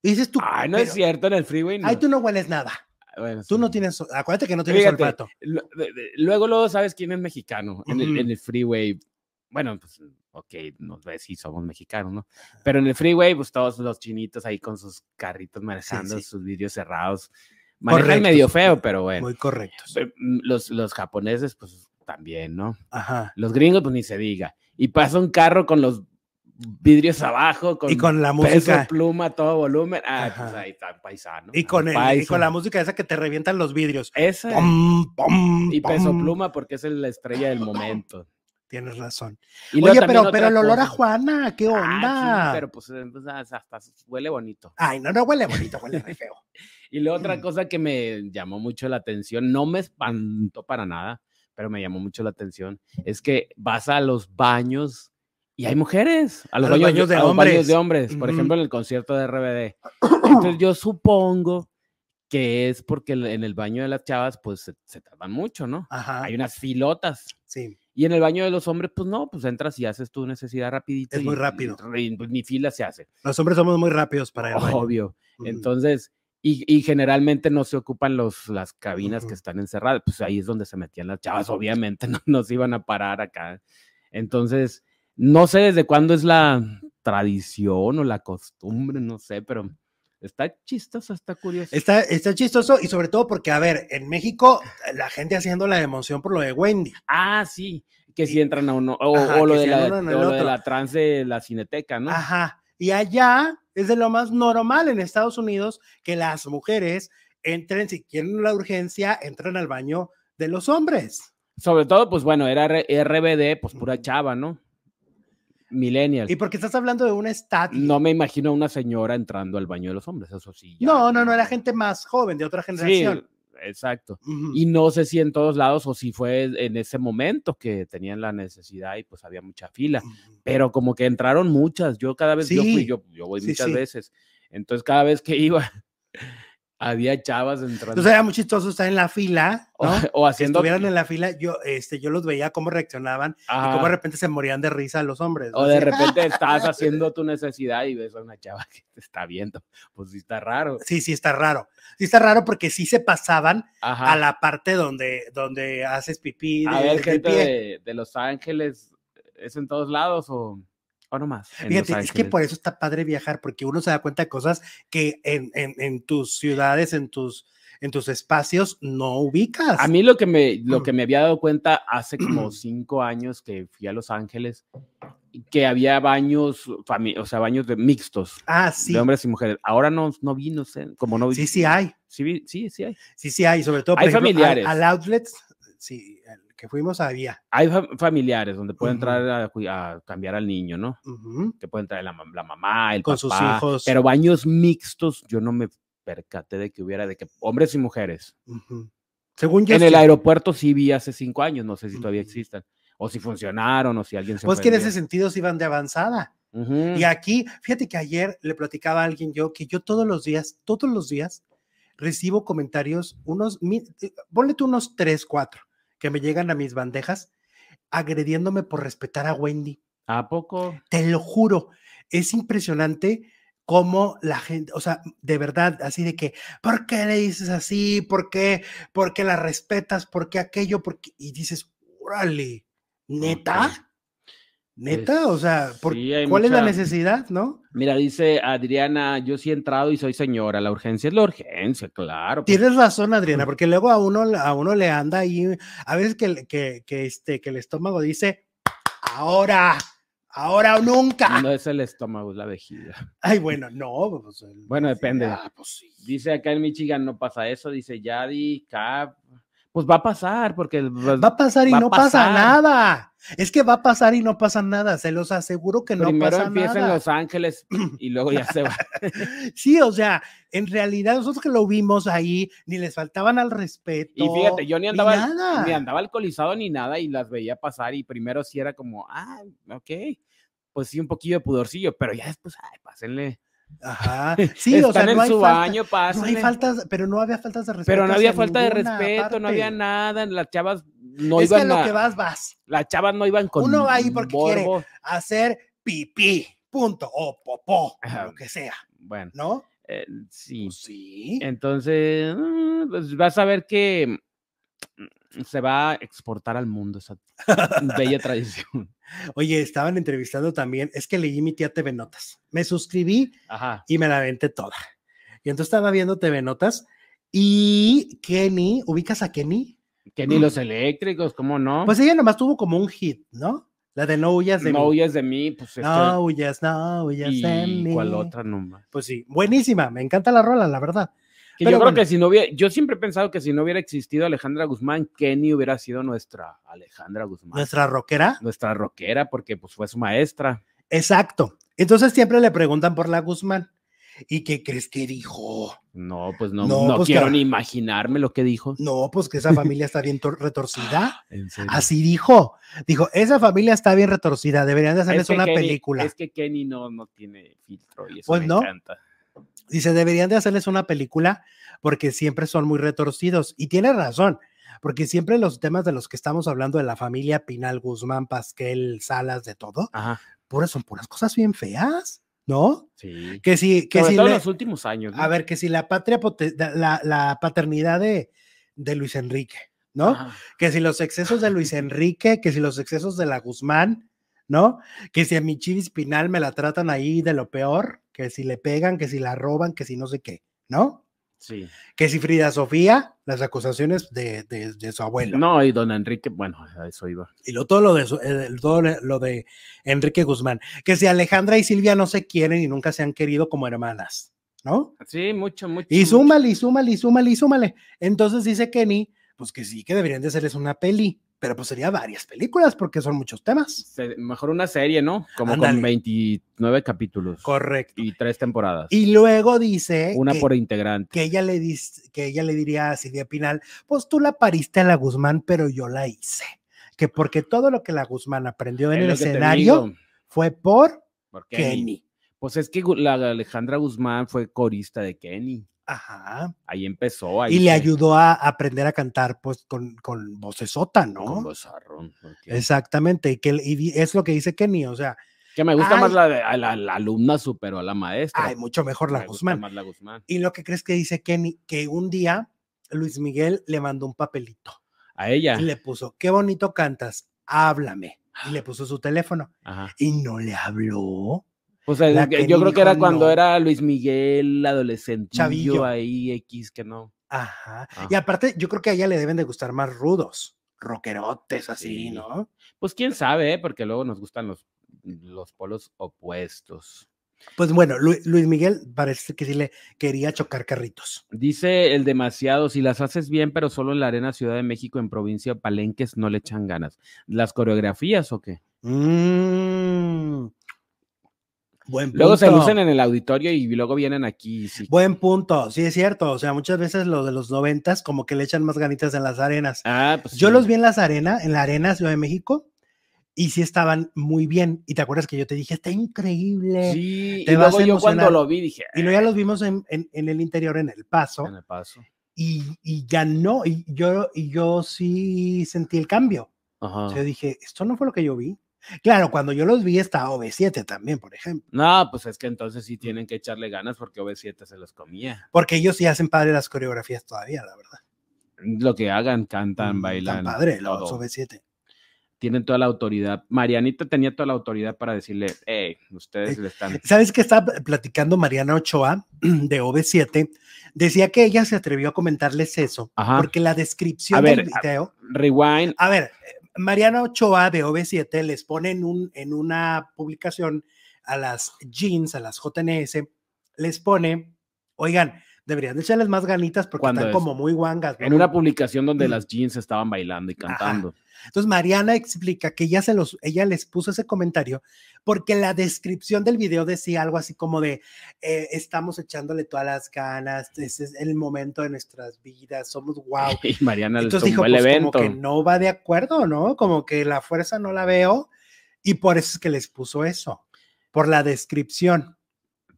A: Y dices tú.
C: Ay, no es
A: pero-
C: cierto, en el freeway no. Ah,
A: Ay, tú no hueles nada.
C: Bueno,
A: Tú
C: sí.
A: no tienes. Acuérdate que no tienes
C: Fíjate,
A: olfato.
C: Lu- de- de- Luego, luego sabes quién es mexicano en el,
A: Ujú.
C: en el freeway. Bueno, pues, ok, nos ve si somos mexicanos, ¿no? Pero en el freeway, pues todos los chinitos ahí con sus carritos manejando,
A: sí.
C: sus vidrios cerrados. Manejan medio
A: Correctos.
C: feo, pero bueno.
A: Muy correctos.
C: Pe- mm, Los, los japoneses, pues también, ¿no?
A: Ajá.
C: Los gringos, pues ni se diga. Y pasa un carro con los vidrios abajo, con,
A: y con la
C: peso,
A: música.
C: pluma, todo volumen. Ah, pues
A: Ajá.
C: ahí está, paisano.
A: Y con, el- y
C: Paisa.
A: con la música esa que te revientan los vidrios.
C: Esa.
A: Pom, pom,
C: Eh. y peso
A: pom.
C: pluma porque es el- la estrella del momento.
A: Tienes razón.
C: Y luego
A: Oye,
C: también
A: pero,
C: otra
A: pero el olor a
C: cosa.
A: Juana, ¿qué
C: Ah,
A: onda?
C: sí, pero pues eh, pues, ah, hasta huele bonito.
A: Ay, no, no huele bonito, huele re feo.
C: Y luego otra cosa que me llamó mucho la atención, no me espantó para nada, pero me llamó mucho la atención, es que vas a los baños y hay mujeres, a los, baños, de, a los baños de hombres, por
A: Ujú.
C: ejemplo, en el concierto de RBD. Entonces yo supongo que es porque el- en el baño de las chavas pues se, se tardan mucho, ¿no?
A: Ajá.
C: Hay unas filotas.
A: Sí,
C: Y en el baño de los hombres, pues no, pues entras y haces tu necesidad rapidito.
A: Es
C: y-
A: muy
C: y-
A: rápido.
C: y, pues, ni fila se hace,
A: los hombres somos muy rápidos para el baño.
C: obvio.
A: Ujú.
C: Entonces, y, y generalmente no se ocupan los, las cabinas
A: Ujú.
C: que están encerradas, pues ahí es donde se metían las chavas, obviamente no nos iban a parar acá. Entonces, no sé desde cuándo es la tradición o la costumbre, no sé, pero está chistoso, está curioso.
A: Está, está chistoso y sobre todo porque, a ver, en México la gente haciendo la emoción por lo de Wendy.
C: Ah, sí, que si
A: Y-
C: entran a uno, o,
A: Ajá,
C: o lo,
A: que
C: de
A: si en
C: la,
A: uno, en el
C: o lo de
A: otro. Ah.
C: la trance de la cineteca, ¿no?
A: Ajá. Y allá es de lo más normal en Estados Unidos que las mujeres entren, si quieren la urgencia, entren al baño de los hombres.
C: Sobre todo, pues bueno, era R- RBD, pues pura
A: Ujú.
C: chava, ¿no? Millennial.
A: Y porque estás hablando de un estadio.
C: No me imagino a una señora entrando al baño de los hombres, eso sí. ya
A: No, no, no, era gente Mm. más joven, de otra
C: Sí,
A: generación.
C: exacto.
A: Ujú.
C: Y no sé si en todos lados o si fue en ese momento que tenían la necesidad y pues había mucha fila.
A: Ujú.
C: Pero como que entraron muchas, yo cada vez, yo
A: Sí.
C: fui, yo, yo voy
A: Sí,
C: muchas
A: sí.
C: veces. Entonces cada vez que iba, había chavas entrando.
A: Entonces era muy chistoso estar en la fila, ¿no?
C: o, o
A: que
C: haciendo...
A: estuvieran en la fila, yo, este, yo los veía cómo reaccionaban y
C: Ajá.
A: cómo de repente se morían de risa los hombres.
C: Ah. O
A: ¿no?
C: de
A: Así,
C: repente estás haciendo tu necesidad y ves a una chava que te está viendo. Pues sí está raro.
A: "Ah, Sí, sí, está raro. Sí, está raro porque sí se pasaban
C: Ajá.
A: a la parte donde, donde haces pipí.
C: Ah. A
A: de-
C: ver,
A: de
C: gente
A: pie.
C: de, de Los Ángeles, ¿es en todos lados o, o no más? En Los
A: Fíjate, es que
C: Ángeles.
A: por eso está padre viajar, porque uno se da cuenta de cosas que en, en- en tus ciudades, en tus en tus espacios no ubicas.
C: A mí lo que me, lo que me había dado cuenta hace como cinco años que fui a Los Ángeles, que había baños, fami- o sea, baños de mixtos,
A: ah, sí.
C: de hombres y mujeres. Ahora no, no vi, no sé, como no vi.
A: Sí, sí hay.
C: Sí, vi- sí, sí hay.
A: Sí, sí hay. Sobre todo, por
C: Hay
A: ejemplo, al-
C: familiares.
A: Al, outlet, sí, al que fuimos había.
C: Hay fa- familiares donde pueden
A: Ujú.
C: entrar a, cu- a cambiar al niño, ¿no?
A: Ujú.
C: Que pueden traer la, mam- la mamá, el
A: Con
C: papá.
A: sus hijos.
C: Pero baños mixtos, yo no me percaté de que hubiera de que hombres y mujeres.
A: Ujú. Según yo.
C: en
A: sí.
C: el aeropuerto sí vi hace cinco años, no sé si todavía
A: Ujú.
C: existan. O si funcionaron, o si alguien se
A: Pues que en ese
C: ofendió.
A: sentido sí van de avanzada.
C: Ujú.
A: Y aquí, fíjate que ayer le platicaba a alguien yo que yo todos los días, todos los días recibo comentarios, unos, mi- eh, ponle tú unos tres, cuatro, que me llegan a mis bandejas agrediéndome por respetar a Wendy.
C: ¿A poco?
A: Te lo juro, es impresionante cómo la gente, o sea, de verdad, así de que, ¿por qué le dices así? ¿Por qué? ¿Por qué la respetas? ¿Por qué aquello? ¿Por qué? Y dices, órale, ¿neta? ¿Neta? o
C: Pues,
A: sea, ¿por-
C: sí, hay
A: ¿cuál es la
C: mucha-
A: necesidad, no?
C: Mira, dice Adriana, yo sí he entrado y soy señora. La urgencia es la urgencia, claro. pues,
A: Tienes razón, Adriana, porque luego a uno, a uno le anda ahí, a veces que, el- que, que, este, que el estómago dice, ahora, ahora o nunca.
C: No es el estómago, es la vejiga.
A: Ay, bueno, no. pues, el-
C: Bueno, depende.
A: ah, pues sí.
C: Dice acá en Michigan no pasa eso, dice Yadi, Cap. Pues va a pasar, porque el-
A: Va a pasar y
C: Va a
A: no pasa
C: pasar.
A: nada. Es que va a pasar y no pasa nada, se los aseguro que no
C: primero
A: pasa
C: empieza
A: nada.
C: en Los Ángeles y luego ya se va.
A: Sí, o sea, en realidad nosotros que lo vimos ahí, ni les faltaban al respeto.
C: Y fíjate, yo ni andaba-
A: nada.
C: Ni andaba alcoholizado ni nada y las veía pasar y primero sí era como, ah, ok. Pues sí, un poquillo de pudorcillo, pero ya después, ay, pásenle.
A: Ajá. Sí,
C: Están
A: o sea,
C: en
A: no hay
C: su
A: falta.
C: baño,
A: No hay
C: pásenle.
A: faltas, pero no había faltas de respeto.
C: Pero no había
A: hacia
C: falta de
A: ninguna
C: respeto, no había
A: parte.
C: nada, las chavas no
A: es que a
C: iban
A: lo
C: a,
A: que vas, vas
C: las chavas no iban con
A: Uno va ahí porque quiere.
C: morbo.
A: a hacer pipí, punto, o popó,
C: Ajá.
A: lo que sea,
C: Bueno,
A: ¿no?
C: eh, sí.
A: Pues sí.
C: Entonces, mm, pues vas a ver que mm, se va a exportar al mundo esa bella tradición.
A: Oye, estaban entrevistando también, es que leí mi tía TV Notas. Me suscribí
C: Ajá.
A: y me la venté toda. Y entonces estaba viendo TV Notas y Kenny, ¿ubicas a Kenny?
C: Que ni los eléctricos, ¿cómo no?
A: Pues ella nomás tuvo como un hit, ¿no? La de No huyas de
C: no
A: mí.
C: huyas de mí, pues es
A: no huyas, no huyas de
C: que,
A: mí.
C: y cuál otra nomás.
A: Pues sí, buenísima, me encanta la rola, la verdad.
C: Que
A: Pero
C: yo creo
A: bueno.
C: que si no hubiera, yo siempre he pensado que si no hubiera existido Alejandra Guzmán, Kenny hubiera sido nuestra Alejandra Guzmán,
A: Nuestra rockera.
C: nuestra rockera, porque pues fue su maestra.
A: Exacto. Entonces siempre le preguntan por la Guzmán. ¿Y qué crees que dijo?
C: No, pues no,
A: No,
C: no,
A: pues,
C: quiero
A: cara.
C: ni imaginarme lo que dijo.
A: No, pues que esa familia está bien tor- retorcida.
C: En serio.
A: Así dijo. Dijo, esa familia está bien retorcida, deberían de hacerles
C: que
A: una
C: Kenny-
A: película.
C: Es que Kenny no, no tiene filtro y eso
A: Pues
C: me
A: no.
C: encanta.
A: Dice, deberían de hacerles una película porque siempre son muy retorcidos. Y tiene razón, porque siempre los temas de los que estamos hablando de la familia Pinal, Guzmán, Pasquel, Salas, de todo,
C: Ajá,
A: puras son puras cosas bien feas, ¿no?
C: sí.
A: Que si, que
C: Sobre
A: si
C: todo
A: le-
C: en los últimos años. ¿no?
A: a ver, que si la patria, pote- da- la, la paternidad de, de Luis Enrique, ¿no?
C: Ajá.
A: Que si los excesos de Luis Enrique, que si los excesos de la Guzmán, ¿no? Que si a mi chivis Pinal me la tratan ahí de lo peor, que si le pegan, que si la roban, que si no sé qué, ¿no?
C: Sí.
A: Que si Frida Sofía, las acusaciones de, de- de su abuelo.
C: No, y don Enrique, bueno, a eso iba.
A: Y lo, todo, lo de su- eh, todo le- lo de Enrique Guzmán. Que si Alejandra y Silvia no se quieren y nunca se han querido como hermanas, ¿no?
C: Sí, mucho, mucho.
A: Y
C: mucho.
A: súmale, y súmale, y súmale, y súmale. Entonces dice Kenny, pues que sí, que deberían de hacerles una peli, pero pues sería varias películas porque son muchos temas.
C: Se- mejor una serie, ¿no? Como
A: Ándale.
C: con 29 capítulos
A: Correcto.
C: y tres temporadas.
A: Y luego dice
C: una
A: que,
C: por integrante.
A: que ella le dis- que ella le diría a Silvia Pinal, pues tú la pariste a la Guzmán, pero yo la hice. Que porque todo lo que la Guzmán aprendió en
C: Es
A: el
C: lo que te
A: escenario
C: digo,
A: fue por
C: por Kenny.
A: Kenny.
C: Pues es que Gu- la Alejandra Guzmán fue corista de Kenny.
A: Ajá.
C: Ahí empezó. Ahí
A: Y le
C: se-
A: ayudó a aprender a cantar pues con, con vocesota, ¿no?
C: con Bozarrón, ok.
A: Exactamente. Y, que, y di- es lo que dice Kenny, o sea,
C: Que me gusta
A: Ay.
C: más la, de- a la, la alumna superó a la maestra.
A: Ay, mucho mejor la
C: Me gusta
A: Guzmán.
C: más la Guzmán.
A: Y lo que crees que dice Kenny, que un día Luis Miguel le mandó un papelito
C: A ella.
A: y le puso, qué bonito cantas, háblame. Y
C: Ah.
A: le puso su teléfono
C: Ajá.
A: y no le habló.
C: Pues es
A: La
C: que
A: que
C: yo
A: ni
C: creo que era
A: dijo
C: cuando
A: no.
C: era Luis Miguel adolescente.
A: Chavillo.
C: ahí X que no.
A: Ajá. Y
C: Ah.
A: aparte, yo creo que a ella le deben de gustar más rudos, rockerotes así,
C: Sí.
A: ¿no?
C: Pues quién sabe, ¿eh? porque luego nos gustan los, los polos opuestos.
A: Pues bueno, Lu- Luis Miguel parece que sí le quería chocar carritos.
C: Dice el demasiado, si las haces bien, pero solo en la arena Ciudad de México, en provincia Palenques, no le echan ganas. ¿Las coreografías o qué?
A: Mm. Buen
C: Luego se
A: punto.
C: lucen en el auditorio y luego vienen aquí. y sí.
A: Buen punto, sí es cierto. O sea, muchas veces los de los noventas como que le echan más ganitas en las arenas.
C: Ah, pues
A: Yo
C: sí.
A: los vi en las arenas, en la arena Ciudad de México, y sí estaban muy bien. Y te acuerdas que yo te dije, está increíble.
C: Sí,
A: eh, te
C: y
A: vas
C: luego
A: a
C: yo cuando
A: emocionar.
C: lo vi dije,
A: Y luego ya los vimos en, en- en el interior, en el paso,
C: en el paso.
A: y, y ya no, y yo, y yo sí sentí el cambio.
C: Ajá.
A: O sea, Yo dije, esto no fue lo que yo vi. Claro, cuando yo los vi estaba OV7 también, por ejemplo,
C: No, pues es que entonces sí tienen que echarle ganas porque OV7 se los comía.
A: porque ellos sí hacen padre las coreografías todavía, la verdad.
C: Lo que hagan, cantan,
A: Mm,
C: bailan.
A: Tan padre, los
C: todo.
A: OV7.
C: Tienen toda la autoridad. Marianita tenía toda la autoridad para decirle, hey, ustedes le están.
A: ¿Sabes qué estaba platicando Mariana Ochoa de OV7? Decía que ella se atrevió a comentarles eso,
C: Ajá.
A: porque la descripción
C: Ah. A
A: del
C: ver, a-
A: video.
C: Rewind.
A: A ver, eh, Mariana Ochoa de OV7 les pone en, un, en una publicación a las jeans, a las JNS, les pone, oigan, deberían de echarles más ganitas porque
C: ¿Cuándo
A: están
C: es?
A: como muy guangas. ¿no?
C: En una publicación donde
A: Mm.
C: las jeans estaban bailando y cantando.
A: Entonces Mariana explica que ella, se los, ella les puso ese comentario porque la descripción del video decía algo así como de eh, estamos echándole todas las ganas, ese es el momento de nuestras vidas, somos wow.
C: Y Mariana les
A: Entonces dijo,
C: tumbó el
A: pues como
C: evento.
A: que no va de acuerdo, ¿no? Como que la fuerza no la veo y por eso es que les puso eso, por la descripción.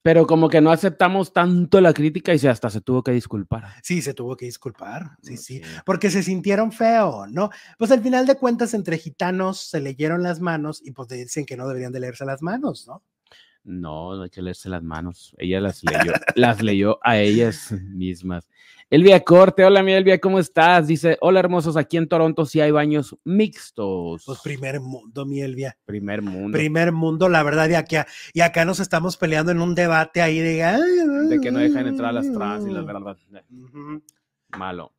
C: Pero como que no aceptamos tanto la crítica y se hasta se tuvo que disculpar.
A: Sí, se tuvo que disculpar, sí, sí,
C: Ok.
A: porque se sintieron feo, ¿no? Pues al final de cuentas entre gitanos se leyeron las manos y pues dicen que no deberían de leerse las manos, ¿no?
C: No, no hay que leerse las manos. Ella las leyó, las leyó a ellas mismas. Elvia Corte, hola mi Elvia, ¿cómo estás? Dice, hola hermosos, aquí en Toronto sí hay baños mixtos.
A: Pues primer mundo, mi Elvia.
C: primer mundo.
A: Primer mundo, la verdad, y acá, y acá nos estamos peleando en un debate ahí de...
C: de que no dejan entrar a las trans y la verdad. eh,
A: Ujú.
C: Malo, malo,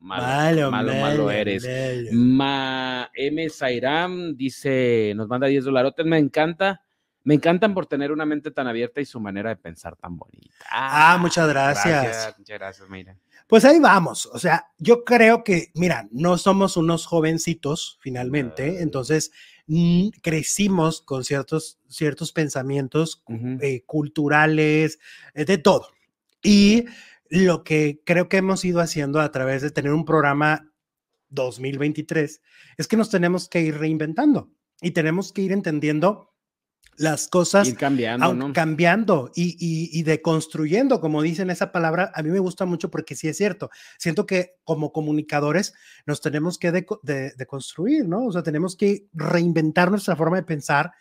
A: Mm.
C: malo,
A: Malo,
C: malo, eres.
A: malo.
C: Ma M. Zairam dice, nos manda 10 dolarotes, me encanta. Me encantan por tener una mente tan abierta y su manera de pensar tan bonita.
A: Ah, muchas gracias.
C: Muchas gracias, mira.
A: Pues ahí vamos. O sea, yo creo que, mira, no somos unos jovencitos finalmente,
C: Ay.
A: entonces mm, crecimos con ciertos, ciertos pensamientos
C: Ujú.
A: eh, culturales, eh, de todo. Y lo que creo que hemos ido haciendo a través de tener un programa 2023 es que nos tenemos que ir reinventando y tenemos que ir entendiendo las cosas
C: Ir cambiando,
A: aun-
C: ¿no?
A: cambiando y, y, y deconstruyendo, como dicen esa palabra, a mí me gusta mucho porque sí es cierto. Siento que como comunicadores nos tenemos que deco- de- deconstruir, ¿no? O sea, tenemos que reinventar nuestra forma de pensar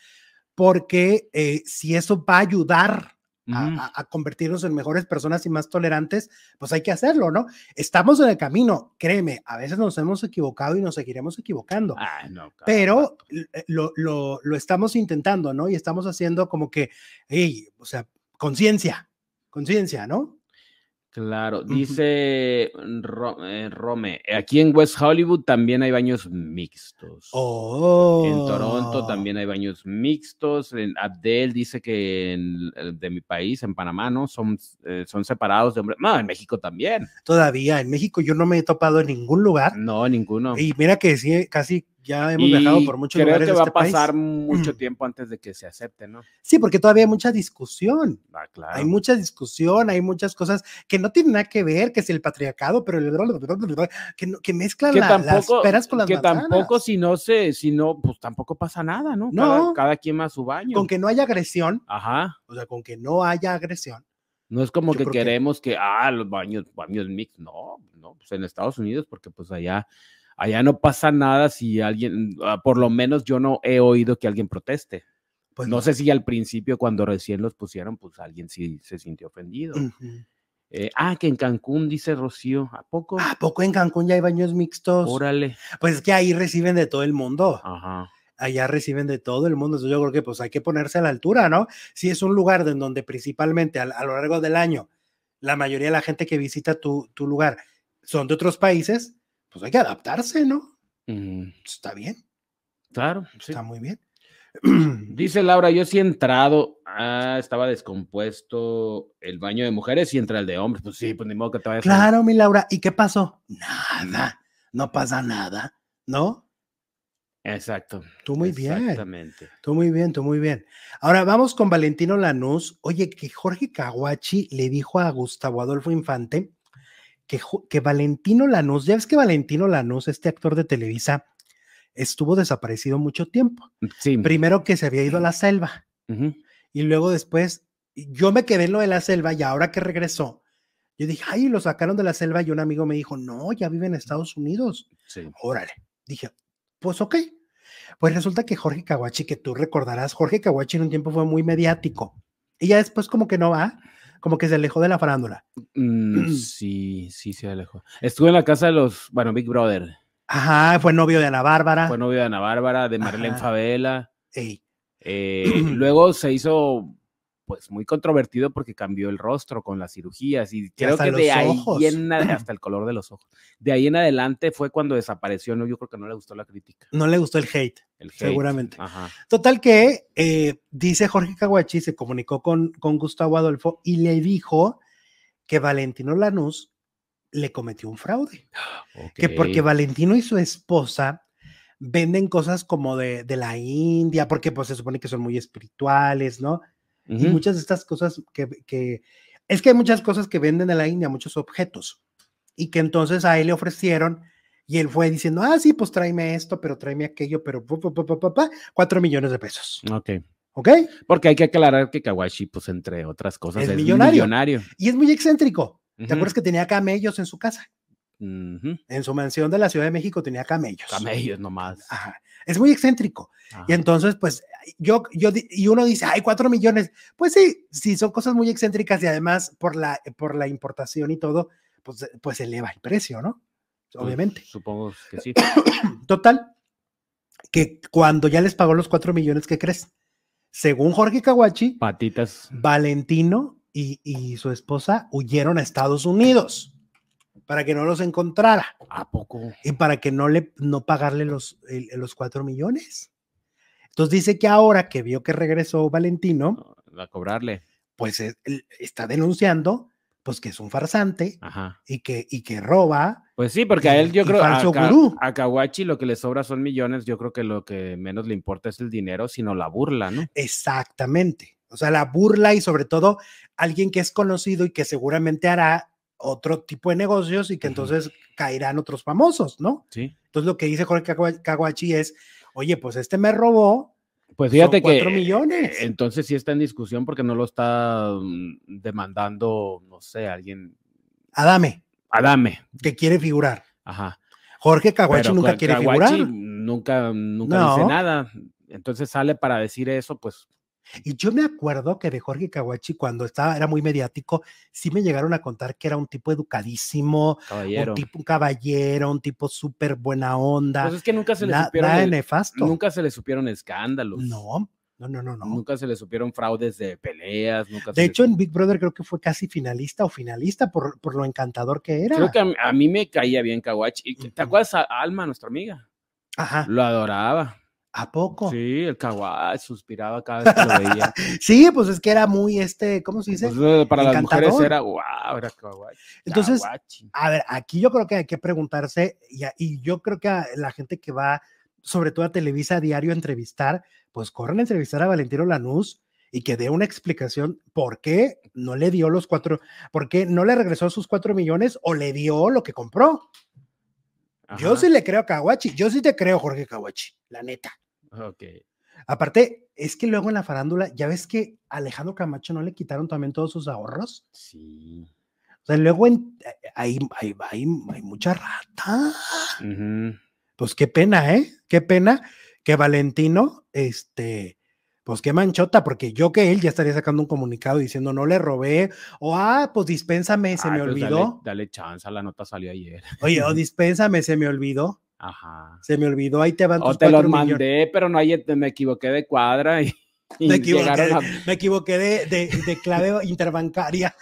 A: porque eh, si eso va a ayudar a-
C: Ujú.
A: a, a convertirnos en mejores personas y más tolerantes, pues hay que hacerlo, ¿no? Estamos en el camino, créeme, a veces nos hemos equivocado y nos seguiremos equivocando
C: Ay, no, cabrón.
A: ah. pero l- eh, lo, lo- lo estamos intentando, ¿no? Y estamos haciendo como que, hey, o sea, conciencia, conciencia, ¿no?
C: Claro,
A: Ujú.
C: dice Ro- eh, Rome, aquí en West Hollywood también hay baños mixtos.
A: Oh.
C: En Toronto también hay baños mixtos. En Abdel dice que en, el de mi país, en Panamá, ¿no? Son, eh, son separados de hombres. No, en México también.
A: Todavía, en México yo no me he topado en ningún lugar.
C: No, ninguno.
A: Y mira que sí, casi ya hemos
C: Y
A: viajado por muchos
C: creo
A: lugares
C: que
A: de
C: va
A: este
C: a pasar
A: país.
C: mucho tiempo antes de que se acepte, ¿no?
A: Sí, porque todavía hay mucha discusión.
C: Ah, claro.
A: Hay mucha discusión, hay muchas cosas que no tienen nada que ver, que si el patriarcado, pero el que, no- que mezclan
C: que
A: la-
C: tampoco,
A: las peras con las
C: que
A: manzanas.
C: tampoco si no se, si no, pues tampoco pasa nada, ¿no? Cada- Cada,
A: No.
C: quien va a su baño.
A: Con que no haya agresión,
C: Ajá.
A: o sea, con que no haya agresión,
C: No es como
A: Yo
C: que
A: creo que-
C: queremos que, ah, los baños, baños mix, no, no, pues en Estados Unidos, porque pues allá, allá no pasa nada si alguien, ah, por lo menos yo no he oído que alguien proteste.
A: Pues
C: no sé si al principio, cuando recién los pusieron, pues alguien sí se sintió ofendido.
A: Ujú.
C: Eh, ah, que en Cancún, dice Rocío, ¿a poco?
A: ¿A poco en Cancún ya hay baños mixtos?
C: Órale. Ah.
A: Pues es que ahí reciben de todo el mundo.
C: Ajá.
A: Allá reciben de todo el mundo. Entonces yo creo que pues hay que ponerse a la altura, ¿no? Si es un lugar en donde principalmente al- a, lo largo del año la mayoría de la gente que visita tu, tu lugar son de otros países, pues hay que adaptarse, ¿no?
C: Mm,
A: Está bien,
C: claro, sí.
A: está muy bien.
C: Dice Laura, yo sí he entrado, ah, estaba descompuesto el baño de mujeres y entra el de hombres. Pues sí, pues ni modo que te vayas a-
A: Claro, mi Laura, ¿y qué pasó? Nada, no pasa nada, ¿no?
C: Exacto.
A: Tú muy bien.
C: Exactamente.
A: Tú muy bien, tú muy bien. Ahora vamos con Valentino Lanús. Oye, que Jorge Caguachi le dijo a Gustavo Adolfo Infante que, Ju- que Valentino Lanús, ya ves que Valentino Lanús, este actor de Televisa, estuvo desaparecido mucho tiempo.
C: Mm, Sí.
A: Primero que se había ido a la selva
C: ujú.
A: y luego después yo me quedé en lo de la selva y ahora que regresó, yo dije, ay, lo sacaron de la selva y un amigo me dijo, no, ya vive en Estados Unidos
C: Sí.
A: órale. Dije, pues ok. Pues resulta que Jorge Kawachi, que tú recordarás, Jorge Kawachi en un tiempo fue muy mediático. Y ya después como que no va, como que se alejó de la farándula.
C: Mm, sí, sí, se alejó. Estuve en la casa de los, bueno, Big Brother.
A: Ajá, fue novio de Ana Bárbara.
C: Fue novio de Ana Bárbara, de Marlene
A: Ah. Ajá.
C: Favela.
A: Ey,
C: Eh, luego se hizo, pues, muy controvertido porque cambió el rostro con las cirugías y creo
A: hasta
C: que de
A: los
C: ahí
A: ojos.
C: en ad- hasta el color de los ojos. De ahí en adelante fue cuando desapareció. No, yo creo que no le gustó la crítica.
A: no le gustó el hate.
C: el hate.
A: Seguramente.
C: Ajá.
A: Total que, eh, dice Jorge Kawachi, se comunicó con, con Gustavo Adolfo y le dijo que Valentino Lanús le cometió un fraude. que porque
C: Ok.
A: Valentino y su esposa venden cosas como de, de la India, porque pues se supone que son muy espirituales, ¿no? Y
C: Ujú.
A: muchas de estas cosas que, que- es que hay muchas cosas que venden de la India, muchos objetos, y que entonces a él le ofrecieron y él fue diciendo, ah, sí, pues tráeme esto, pero tráeme aquello, pero pa, pa, pa, pa, pa, pa, cuatro millones de pesos,
C: Ok.
A: ¿ok?
C: Porque hay que aclarar que Kawashi, pues, entre otras cosas,
A: Es
C: es,
A: millonario.
C: millonario.
A: Y es muy excéntrico. ¿Te
C: Ujú.
A: acuerdas que tenía camellos en su casa?
C: Ujú.
A: En su mansión de la Ciudad de México tenía camellos.
C: Camellos nomás.
A: Ajá. Es muy excéntrico.
C: Ajá.
A: Y entonces, pues, yo, yo, di- y uno dice, hay cuatro millones. Pues sí, sí, son cosas muy excéntricas y además por la, por la importación y todo, pues, eh, pues eleva el precio, ¿no?
C: Pues,
A: Obviamente.
C: Supongo que sí.
A: Total, que cuando ya les pagó los cuatro millones, ¿qué crees? Según Jorge Kawachi,
C: Patitas.
A: Valentino y, y su esposa huyeron a Estados Unidos para que no los encontrara
C: ¿A poco?
A: y eh, para que no le no pagarle los, el- los cuatro millones. Entonces dice que ahora que vio que regresó Valentino,
C: A cobrarle.
A: pues es- él está denunciando, pues que es un farsante
C: Ajá.
A: y que, y que roba.
C: Pues sí, porque a él yo
A: Y
C: creo a,
A: falso
C: Ka-
A: gurú.
C: a Kawachi lo que le sobra son millones. Yo creo que lo que menos le importa es el dinero, sino la burla, ¿no?
A: Exactamente. O sea, la burla y sobre todo alguien que es conocido y que seguramente hará otro tipo de negocios y que
C: Ujú.
A: entonces caerán otros famosos, ¿no?
C: Sí.
A: Entonces lo que dice Jorge Kawa- Kawachi es, oye, pues este me robó,
C: Pues
A: Son
C: fíjate que.
A: cuatro millones.
C: eh, Entonces sí está en discusión porque no lo está mm, demandando, no sé, alguien.
A: Adame,
C: Adame.
A: que quiere figurar.
C: Ajá.
A: Jorge Kawachi
C: Pero
A: nunca
C: Ka-
A: quiere
C: Kawachi
A: figurar.
C: Nunca, nunca
A: No.
C: dice nada. Entonces sale para decir eso, pues.
A: Y yo me acuerdo que de Jorge Kawachi, cuando estaba, era muy mediático, sí me llegaron a contar que era un tipo educadísimo,
C: Caballero.
A: un tipo, un caballero, un tipo súper buena onda.
C: Pues es que nunca se le
A: na-
C: supieron.
A: nada de
C: el-
A: nefasto.
C: nunca se le supieron escándalos.
A: no, no, no, no, no.
C: Nunca se le supieron fraudes de peleas. Nunca se
A: de
C: le-
A: hecho, en Big Brother creo que fue casi finalista o finalista por, por lo encantador que era.
C: creo que a, mí- a mí me caía bien Kawachi. ¿Te
A: Ujú.
C: acuerdas a Alma, nuestra amiga?
A: Ajá,
C: Lo adoraba.
A: ¿a poco? Sí.
C: Sí, el Kawachi suspiraba cada vez que lo veía.
A: pues es que era muy este, ¿cómo se dice?
C: Entonces, eh, para las mujeres
A: Encantador.
C: era wow, era Kawachi.
A: Entonces,
C: Kawachi.
A: A ver, aquí yo creo que hay que preguntarse, y, a- y yo creo que a la gente que va, sobre todo a Televisa a diario a entrevistar, pues corren a entrevistar a Valentino Lanús y que dé una explicación por qué no le dio los cuatro, por qué no le regresó sus cuatro millones o le dio lo que compró. Yo
C: Ajá.
A: sí le creo a Kawachi, yo sí te creo, Jorge Kawachi, la neta.
C: Ok.
A: Aparte, es que luego en la farándula, ya ves que a Alejandro Camacho no le quitaron también todos sus ahorros.
C: Sí.
A: O sea, luego en- eh, hay, hay, hay, hay mucha rata.
C: Ujú.
A: pues qué pena, ¿eh? Qué pena que Valentino, este, pues qué manchota, porque yo que él ya estaría sacando un comunicado diciendo no le robé, o ah, pues dispénsame, se
C: Ay,
A: me
C: pues
A: olvidó,
C: Dale, dale chance, la nota salió ayer.
A: oye, o dispénsame, se me olvidó,
C: Ajá.
A: se me olvidó, ahí te van
C: O
A: tus
C: te los
A: cuatro millones.
C: eh, mandé, pero no hay, me equivoqué de cuadra y Y
A: Me equivoqué,
C: llegaron a-
A: me equivoqué de, de- de clave interbancaria.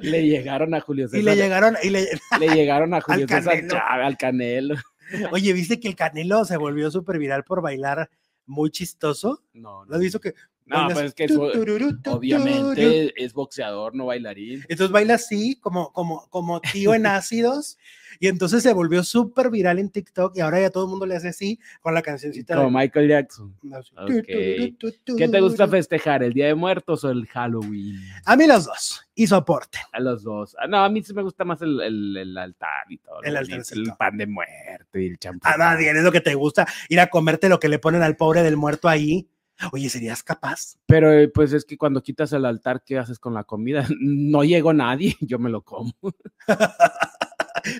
C: le llegaron a Julio
A: Y le
C: César.
A: llegaron, y le,
C: Le, llegaron a Julio César
A: Canelo.
C: Chávez, al Canelo.
A: oye, ¿viste que el Canelo se volvió súper viral por bailar muy chistoso?
C: No,
A: ¿Lo
C: no.
A: has visto que
C: No,
A: bailas
C: pues es que
A: tu,
C: eso-
A: tururú, tu, tururú?
C: obviamente es boxeador, no bailarín.
A: Entonces baila así, como, como, como tío en ácidos, y entonces se volvió súper viral en TikTok y ahora ya todo el mundo le hace así con la cancioncita.
C: Como Michael Jackson.
A: de- así,
C: Ok.
A: tururú, tu,
C: ¿Qué te gusta
A: tururú.
C: festejar? ¿El Día de Muertos o el Halloween?
A: A mí los dos, y soporte.
C: A los dos. Ah, No, a mí sí me gusta más el, el- el altar y todo. lo
A: El
C: bonito,
A: altarcito.
C: el pan de muerto y el champán.
A: A nadie es lo que te gusta, ir a comerte lo que le ponen al pobre del muerto ahí. Oye, ¿serías capaz?
C: Pero eh, pues es que cuando quitas el altar, ¿qué haces con la comida? No llegó nadie, yo me lo como.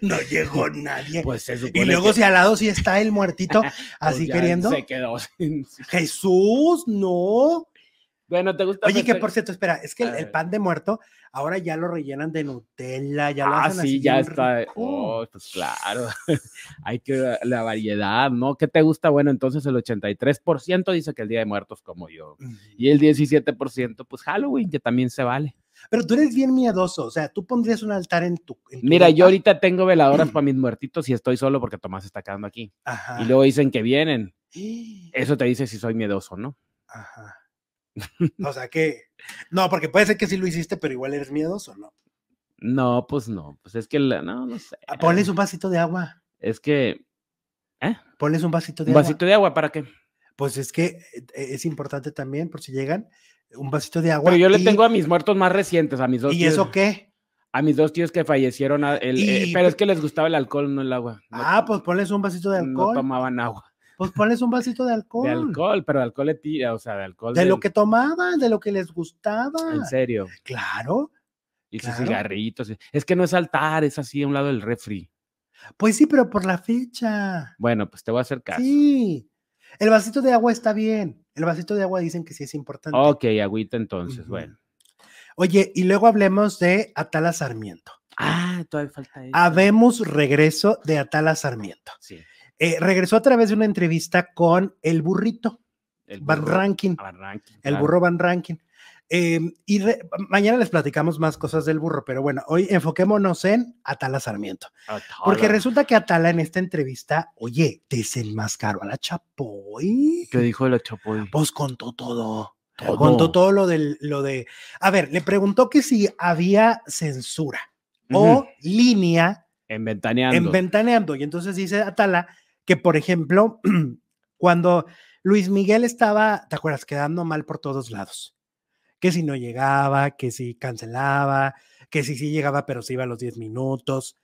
A: No llegó nadie.
C: Pues se supone
A: y luego
C: que,
A: si al lado sí está el muertito,
C: pues,
A: así
C: ya
A: queriendo.
C: Se quedó. sin-
A: Jesús, no.
C: Bueno, ¿te gusta?
A: Oye, que
C: feste-
A: por cierto, espera, es que el,
C: A
A: el
C: ver.
A: pan de muerto ahora ya lo rellenan de Nutella, ya lo
C: Ah,
A: hacen
C: sí,
A: así
C: ya
A: bien
C: está.
A: rico.
C: Oh, pues claro. Hay que la- la variedad, ¿no? ¿Qué te gusta? Bueno, entonces el 83% dice que el Día de Muertos como yo. Y el 17%, pues Halloween, que también se vale.
A: Pero tú eres bien miedoso, o sea, tú pondrías un altar en tu. en tu
C: Mira, yo
A: depa?
C: ahorita tengo veladoras para mis muertitos y estoy solo porque Tomás está quedando aquí.
A: Ajá.
C: Y luego dicen que vienen. Eso te dice si soy miedoso, ¿no?
A: Ajá. O sea que. No, porque puede ser que sí lo hiciste, pero igual eres miedoso, ¿no?
C: No, pues no. Pues es que, la- no, no sé.
A: Ah, Ponles un vasito de agua.
C: Es que,
A: Ponles un vasito de
C: un
A: agua.
C: vasito de agua, ¿para qué?
A: Pues es que eh, es importante también, por si llegan, un vasito de agua.
C: Pero yo le
A: y-
C: tengo a mis muertos más recientes, a mis dos
A: ¿Y
C: tíos.
A: eso qué?
C: A mis dos tíos que fallecieron. a- el- eh,
A: Y-
C: pero es que les gustaba el alcohol, no el agua. No,
A: ah, pues ponles un vasito de
C: no
A: alcohol.
C: tomaban agua.
A: pues ponles un vasito de alcohol.
C: De
A: De,
C: alcohol, pero alcohol le tira, o sea, de alcohol. del-
A: lo que tomaban, de lo que les gustaba.
C: En serio.
A: Claro.
C: Y sus
A: Claro.
C: cigarritos. y- Es que no es altar, es así a un lado del refri.
A: Pues sí, pero por la fecha.
C: Bueno, pues te voy a hacer caso.
A: Sí. El vasito de agua está bien. El vasito de agua dicen que sí es importante.
C: Ok, agüita entonces,
A: Ujú.
C: bueno.
A: Oye, y luego hablemos de Atala Sarmiento.
C: Ah, todavía falta eso.
A: Habemos regreso de Atala Sarmiento.
C: sí.
A: Eh, regresó a través de una entrevista con el burrito,
C: El
A: Van
C: burro-
A: Rankin.
C: ah, Van Rankin,
A: El
C: claro.
A: burro Van Rankin. Eh, y re- mañana les platicamos más cosas del burro, pero bueno, hoy enfoquémonos en Atala Sarmiento.
C: Ah,
A: Porque
C: tala.
A: resulta que Atala en esta entrevista, oye, desenmascaró a la Chapoy.
C: ¿Qué Pues dijo la Chapoy?
A: Pues contó todo.
C: Todo.
A: Contó todo lo, del, lo de... A ver, le preguntó que si había censura o
C: Ujú,
A: línea
C: en Ventaneando.
A: en Ventaneando. Y entonces dice Atala que, por ejemplo, cuando Luis Miguel estaba, ¿te acuerdas? Quedando mal por todos lados. Que si no llegaba, que si cancelaba, que si sí llegaba, pero se iba a los 10 minutos.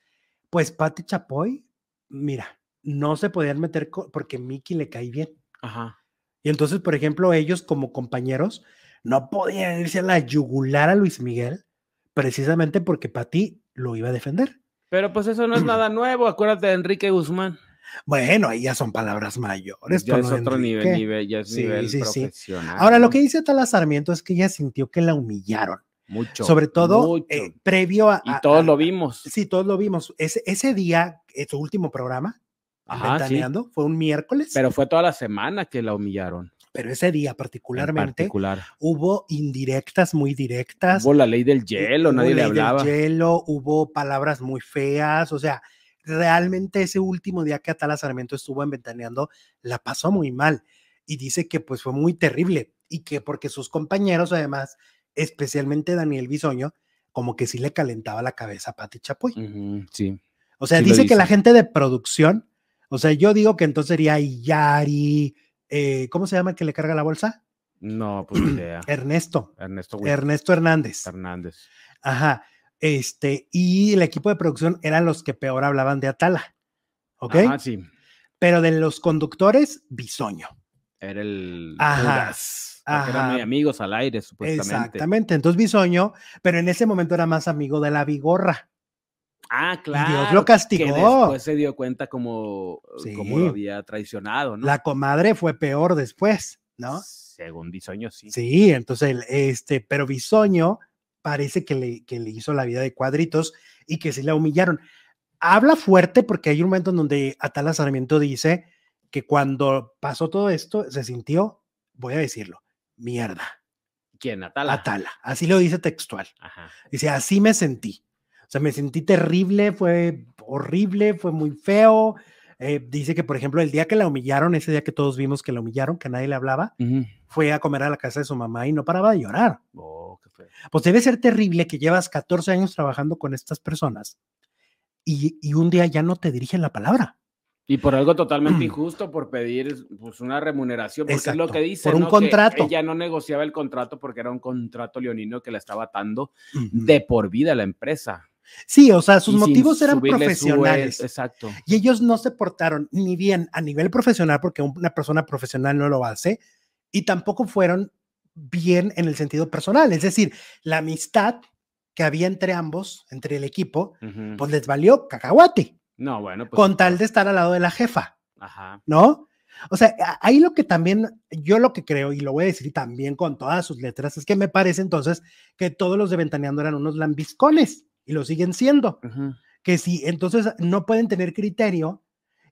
A: Pues Pati Chapoy, mira, no se podían meter co- porque Miki le cae bien.
C: Ajá.
A: Y entonces, por ejemplo, ellos como compañeros no podían irse a la yugular a Luis Miguel precisamente porque Pati lo iba a defender.
C: Pero pues eso no es nada nuevo. Acuérdate de Enrique Guzmán.
A: Bueno, ahí ya son palabras mayores.
C: Ya
A: con
C: es
A: lo de
C: otro nivel,
A: Enrique.
C: nivel, ya es
A: Sí,
C: nivel
A: sí, sí.
C: profesional.
A: Ahora, lo
C: ¿no?
A: que dice Atala Sarmiento es que ella sintió que la humillaron,
C: Mucho.
A: sobre todo
C: mucho.
A: eh, previo a...
C: y
A: a-
C: todos
A: a-
C: lo vimos.
A: Sí, todos lo vimos. Ese, ese día, eh, su último programa,
C: Ajá, sí.
A: Ventaneando, fue un miércoles, pero,
C: Pero fue toda la semana que la humillaron.
A: ese día
C: En
A: particularmente
C: particular.
A: hubo indirectas muy directas.
C: Hubo la ley del hielo,
A: hubo
C: nadie le
A: ley del
C: hablaba.
A: hielo, hubo palabras muy feas, o sea, realmente ese último día que Atala Sarmiento estuvo en Ventaneando, la pasó muy mal y dice que pues fue muy terrible y que porque sus compañeros además, especialmente Daniel Bisoño, como que sí le calentaba la cabeza a Pati Chapoy.
C: Ujú, sí.
A: O sea,
C: Mm, Sí lo
A: dice que la
C: dice.
A: gente de producción, o sea, yo digo que entonces sería Yari, eh, ¿cómo se llama el que le carga la bolsa?
C: No, pues ni idea.
A: Ernesto,
C: Ernesto Huiz-
A: Ernesto Hernández.
C: Hernández.
A: Ajá. Este, y el equipo de producción eran los que peor hablaban de Atala. ¿Ok?
C: Ajá, sí.
A: Pero de los conductores, bisoño.
C: Era el.
A: Ajá,
C: Judas, porque Eran
A: ajá.
C: muy amigos al aire, supuestamente.
A: Exactamente. Entonces, bisoño, pero en ese momento era más amigo de la vigorra.
C: Ah, claro.
A: lo castigó.
C: Que después se dio cuenta como,
A: Sí.
C: como lo había traicionado, ¿no?
A: La comadre fue peor después, ¿no?
C: Según Bisoño, sí.
A: Sí, entonces, el- este, pero bisoño parece que le, que le hizo la vida de cuadritos y que sí la humillaron. Habla fuerte porque hay un momento en donde Atala Sarmiento dice que cuando pasó todo esto se sintió, voy a decirlo, mierda.
C: ¿Quién? Atala.
A: Atala. Así lo dice textual.
C: Ajá.
A: Dice, así me sentí. O sea, me sentí terrible, fue horrible, fue muy feo. Eh, dice que, por ejemplo, el día que la humillaron, ese día que todos vimos que la humillaron, que nadie le hablaba,
C: Ujú.
A: fue a comer a la casa de su mamá y no paraba de llorar.
C: Oh, qué feo.
A: Pues debe ser terrible que llevas 14 años trabajando con estas personas y, y un día ya no te dirigen la palabra.
C: Y por algo totalmente
A: Mm.
C: injusto, por pedir pues, una remuneración, porque es lo
A: Exacto,
C: que dice.
A: por un
C: ¿no? Que
A: contrato.
C: ella no negociaba el contrato porque era un contrato leonino que la estaba atando
A: Ujú.
C: de por vida a la empresa.
A: sí, o sea, Mm. Ah, sus
C: Y sin
A: motivos eran
C: subirle su-
A: profesionales.
C: exacto.
A: y ellos no se portaron ni bien a nivel profesional, porque un- una persona profesional no lo hace, y tampoco fueron bien en el sentido personal. Es decir, la amistad que había entre ambos, entre el equipo,
C: Ujú.
A: pues les valió cacahuate,
C: no, bueno. Pues,
A: con tal de estar al lado de la jefa,
C: Ajá.
A: ¿no? O sea, a- ahí lo que también, yo lo que creo, y lo voy a decir también con todas sus letras, es que me parece entonces que todos los de Ventaneando eran unos lambiscones, y lo siguen siendo
C: Ujú.
A: que si entonces no pueden tener criterio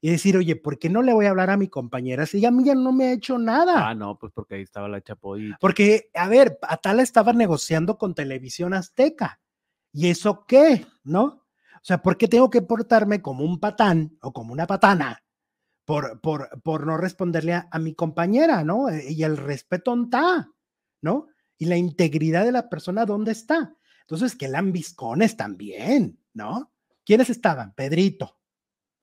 A: y decir, oye, ¿por qué no le voy a hablar a mi compañera si ella a mí ya no me ha hecho nada?
C: Ah, no, pues porque ahí estaba la chapoy.
A: Porque, a ver, Atala estaba negociando con Televisión Azteca. ¿Y eso qué? ¿No? O sea, ¿por qué tengo que portarme como un patán o como una patana por, por, por no responderle a, a mi compañera, ¿no? E- Y el respeto está, ¿no? Y la integridad de la persona, ¿dónde está? Entonces, que lambiscones también, ¿no? ¿Quiénes estaban? Pedrito.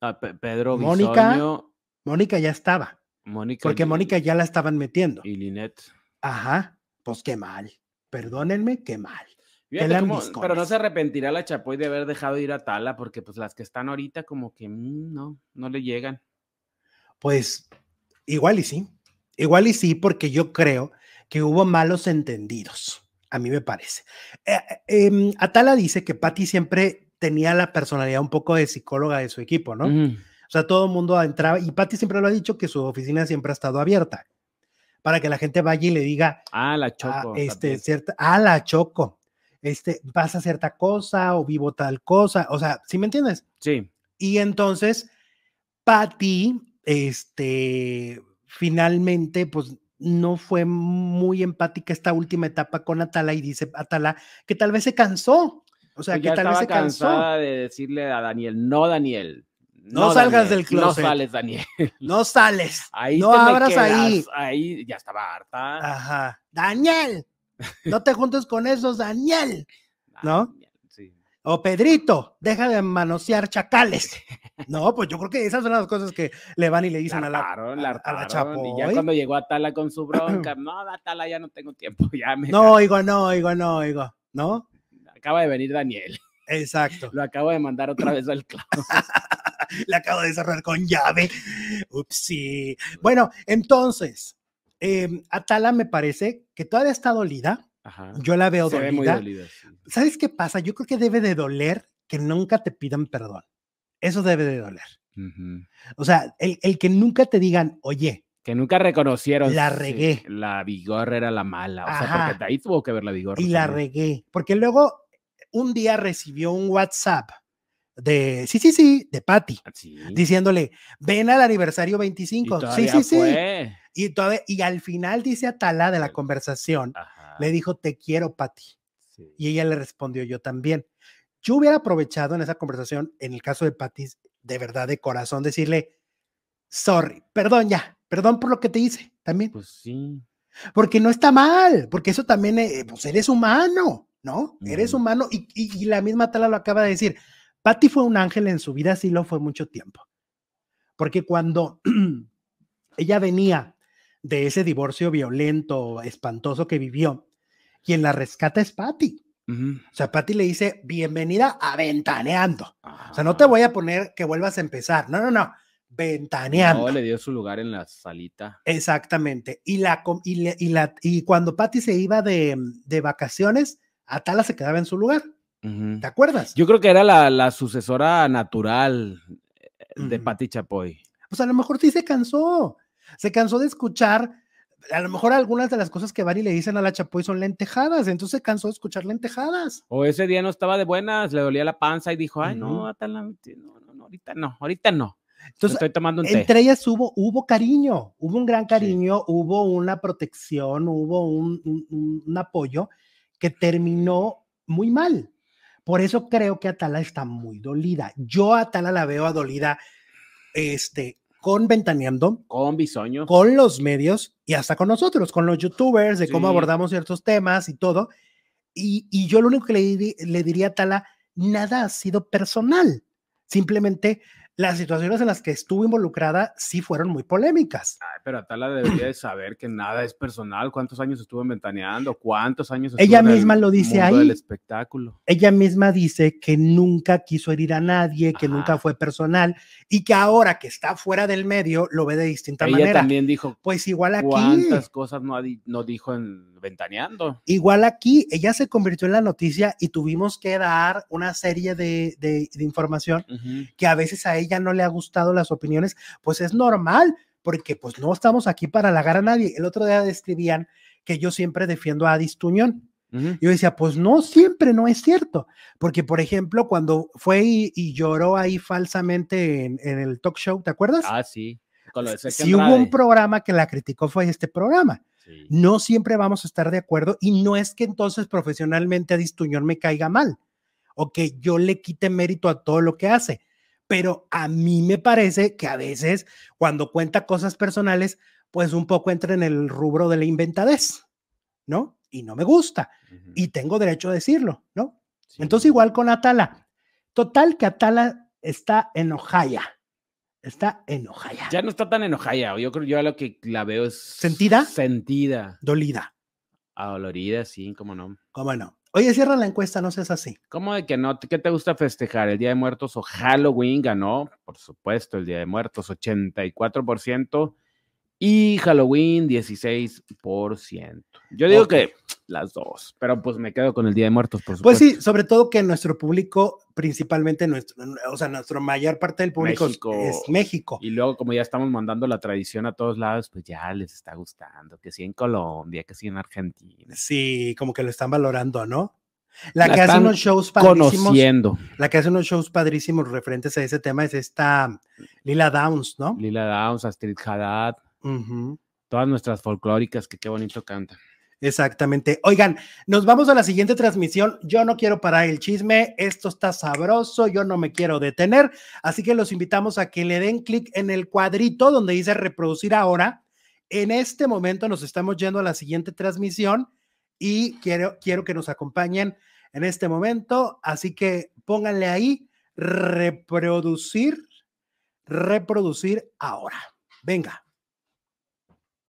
C: Ah, Pe- Pedro
A: Mónica.
C: Bisoño,
A: Mónica ya estaba,
C: Mónica.
A: porque
C: y-
A: Mónica ya la estaban metiendo.
C: Y Linet.
A: Ajá, pues qué mal. Perdónenme, qué mal.
C: Fíjate
A: Qué
C: cómo-
A: lambiscones.
C: pero no se arrepentirá la Chapoy de haber dejado ir a Tala, porque pues las que están ahorita como que mm, no, no le llegan.
A: Pues igual y sí, igual y sí, porque yo creo que hubo malos entendidos, a mí me parece. Eh, eh, em, Atala dice que Patty siempre tenía la personalidad un poco de psicóloga de su equipo, ¿no?
C: Ujú.
A: O sea, todo el mundo entraba, y Patty siempre lo ha dicho que su oficina siempre ha estado abierta, para que la gente vaya y le diga,
C: Ah, la
A: a,
C: Choco.
A: este,
C: también.
A: cierta, a la choco, este, pasa cierta cosa o vivo tal cosa, o sea, ¿sí me entiendes?
C: Sí.
A: Y entonces, Patty, este, finalmente, pues no fue muy empática esta última etapa con Atala y dice Atala que tal vez se cansó. O sea,
C: Pues
A: que
C: ya
A: tal vez
C: estaba
A: se cansó.
C: cansada de decirle a Daniel, no, Daniel.
A: No salgas del
C: No
A: closet".
C: sales, Daniel.
A: No sales.
C: Ahí
A: no
C: te me
A: abras
C: quedas,
A: ahí. Ah,
C: Ahí ya estaba harta.
A: Ajá. Daniel, no te juntes con esos, Daniel. ¿no?
C: Ah, Daniel, Sí.
A: O Pedrito, deja de manosear chacales. No, pues yo creo que esas son las cosas que le van y le dicen
C: La
A: a la,
C: hartaron, la
A: a- a la
C: hartaron, Y ya
A: Chapoy.
C: cuando llegó a Tala con su bronca, no, a Tala ya no tengo tiempo, ya me
A: No, oigo, no, oigo, no, oigo. ¿No?
C: acaba de venir Daniel.
A: Exacto.
C: Lo acabo de mandar otra vez al club.
A: la acabo de cerrar con llave. Upsi. Bueno, entonces, eh, Atala me parece que todavía está dolida.
C: Ajá.
A: Yo la veo
C: Se ve muy
A: dolida.
C: dolida, sí.
A: ¿Sabes qué pasa? Yo creo que debe de doler que nunca te pidan perdón. Eso debe de doler.
C: Ujú.
A: O sea, el, el que nunca te digan, oye,
C: Que nunca reconocieron.
A: La
C: sí,
A: regué.
C: la vigor era la mala. O sea,
A: Ajá.
C: porque ahí tuvo que ver la vigor.
A: y la
C: también.
A: regué. Porque luego un día recibió un WhatsApp de, sí, sí, sí, de Patty,
C: Ah, Sí.
A: diciéndole, ven al aniversario
C: Y
A: 25. Sí,
C: todavía
A: sí, sí.
C: fue.
A: Y, todavía- y al final dice Atala de la conversación,
C: Ajá,
A: le dijo, te quiero, Pati.
C: sí.
A: Y ella le respondió, yo también. Yo hubiera aprovechado en esa conversación, en el caso de Pati, de verdad, de corazón, decirle, sorry, perdón ya, perdón por lo que te hice también.
C: Pues sí.
A: Porque no está mal, porque eso también, eh, pues eres humano, ¿no? Eres
C: Ujú.
A: humano y, y- y la misma Tala lo acaba de decir. Patty fue un ángel en su vida, sí lo fue mucho tiempo. Porque cuando ella venía de ese divorcio violento, espantoso que vivió, quien la rescata es Patty.
C: Ujú.
A: O sea, Patty le dice, bienvenida a Ventaneando.
C: Ajá.
A: O sea, no te voy a poner que vuelvas a empezar. No, no, no. Ventaneando.
C: No, le dio su lugar en la salita.
A: Exactamente. Y, la, com- y, le- y, la, y cuando Patty se iba de, de vacaciones, Atala se quedaba en su lugar.
C: Ujú.
A: ¿Te acuerdas?
C: Yo creo que era la, la sucesora natural eh, de
A: Ujú.
C: Pati Chapoy.
A: Pues a lo mejor sí se cansó. Se cansó de escuchar. A lo mejor algunas de las cosas que van y le dicen a la Chapoy son lentejadas. Entonces se cansó de escuchar lentejadas.
C: O ese día no estaba de buenas, le dolía la panza y dijo, ay,
A: Ujú.
C: no, Atala, no, no, no, ahorita no, ahorita no.
A: Entonces,
C: Estoy tomando un té.
A: entre ellas hubo, hubo cariño, hubo un gran cariño, hubo una protección, hubo un, un- un- un apoyo que terminó muy mal. Por eso creo que Atala está muy dolida. Yo a Atala la veo adolida este, con Ventaneando,
C: Con bisoño.
A: con los medios y hasta con nosotros, con los youtubers, de cómo
C: Sí.
A: abordamos ciertos temas y todo. Y, y yo lo único que le, diri- le diría a Tala, nada ha sido personal. Simplemente las situaciones en las que estuvo involucrada sí fueron muy polémicas.
C: Ay, pero Atala debería de saber que nada es personal. ¿Cuántos años estuvo ventaneando? ¿Cuántos años estuvo
A: Ella
C: en el
A: misma lo dice
C: mundo
A: ahí.
C: del espectáculo.
A: Ella misma dice que nunca quiso herir a nadie, que nunca
C: Ajá.
A: fue personal y que ahora que está fuera del medio lo ve de distinta
C: Ella
A: manera.
C: también dijo
A: Pues igual aquí.
C: cuántas cosas no, ha di- no dijo en ventaneando.
A: Igual aquí, ella se convirtió en la noticia y tuvimos que dar una serie de, de- de información que a veces a ella no le ha gustado las opiniones, pues es normal, porque pues no estamos aquí para halagar a nadie. El otro día describían que yo siempre defiendo a Adis Tuñón.
C: Ujú.
A: Yo decía, pues no, siempre no es cierto, porque por ejemplo, cuando fue y, y lloró ahí falsamente en, en el talk show, ¿te acuerdas?
C: Ah, sí. Con lo de Sergio
A: si hubo
C: Andrade.
A: un programa que la criticó fue este programa
C: Sí.
A: no siempre vamos a estar de acuerdo y no es que entonces profesionalmente a Distuñón me caiga mal o que yo le quite mérito a todo lo que hace, pero a mí me parece que a veces cuando cuenta cosas personales, pues un poco entra en el rubro de la inventadez, ¿no? Y no me gusta
C: Ujú.
A: y tengo derecho a decirlo, ¿no?
C: Sí.
A: Entonces igual con Atala. Total que Atala está en Ohio. Está en Ohio.
C: Ya no está tan enojada. Yo creo yo lo que la veo es.
A: ¿Sentida?
C: Sentida.
A: Dolida.
C: Adolorida, sí, cómo no.
A: ¿Cómo no? Oye, cierra la encuesta, no seas así.
C: ¿Cómo de que no? ¿Qué te gusta festejar? ¿El Día de Muertos o Halloween ganó? Por supuesto, el Día de Muertos, 84%. Y Halloween, 16%. Yo digo
A: Ok.
C: que las dos, pero pues me quedo con el Día de Muertos, por supuesto.
A: Pues sí, sobre todo que nuestro público, principalmente nuestro, o sea, nuestra mayor parte del público es-
C: México.
A: es México.
C: Y luego, como ya estamos mandando la tradición a todos lados, pues ya les está gustando. Que sí en Colombia, que sí en Argentina.
A: Sí, como que lo están valorando, ¿no? La,
C: La
A: que hace
C: están
A: unos shows padrísimos,
C: Conociendo
A: la que hace unos shows padrísimos referentes a ese tema es esta Lila Downs, ¿no?
C: Lila Downs, Astrid Haddad,
A: Ujú,
C: todas nuestras folclóricas, que qué bonito cantan.
A: Exactamente. Oigan, nos vamos a la siguiente transmisión. Yo no quiero parar el chisme, esto está sabroso, yo no me quiero detener, así que los invitamos a que le den clic en el cuadrito donde dice reproducir ahora. En este momento nos estamos yendo a la siguiente transmisión y quiero, quiero que nos acompañen en este momento. Así que pónganle ahí reproducir, reproducir ahora. Venga.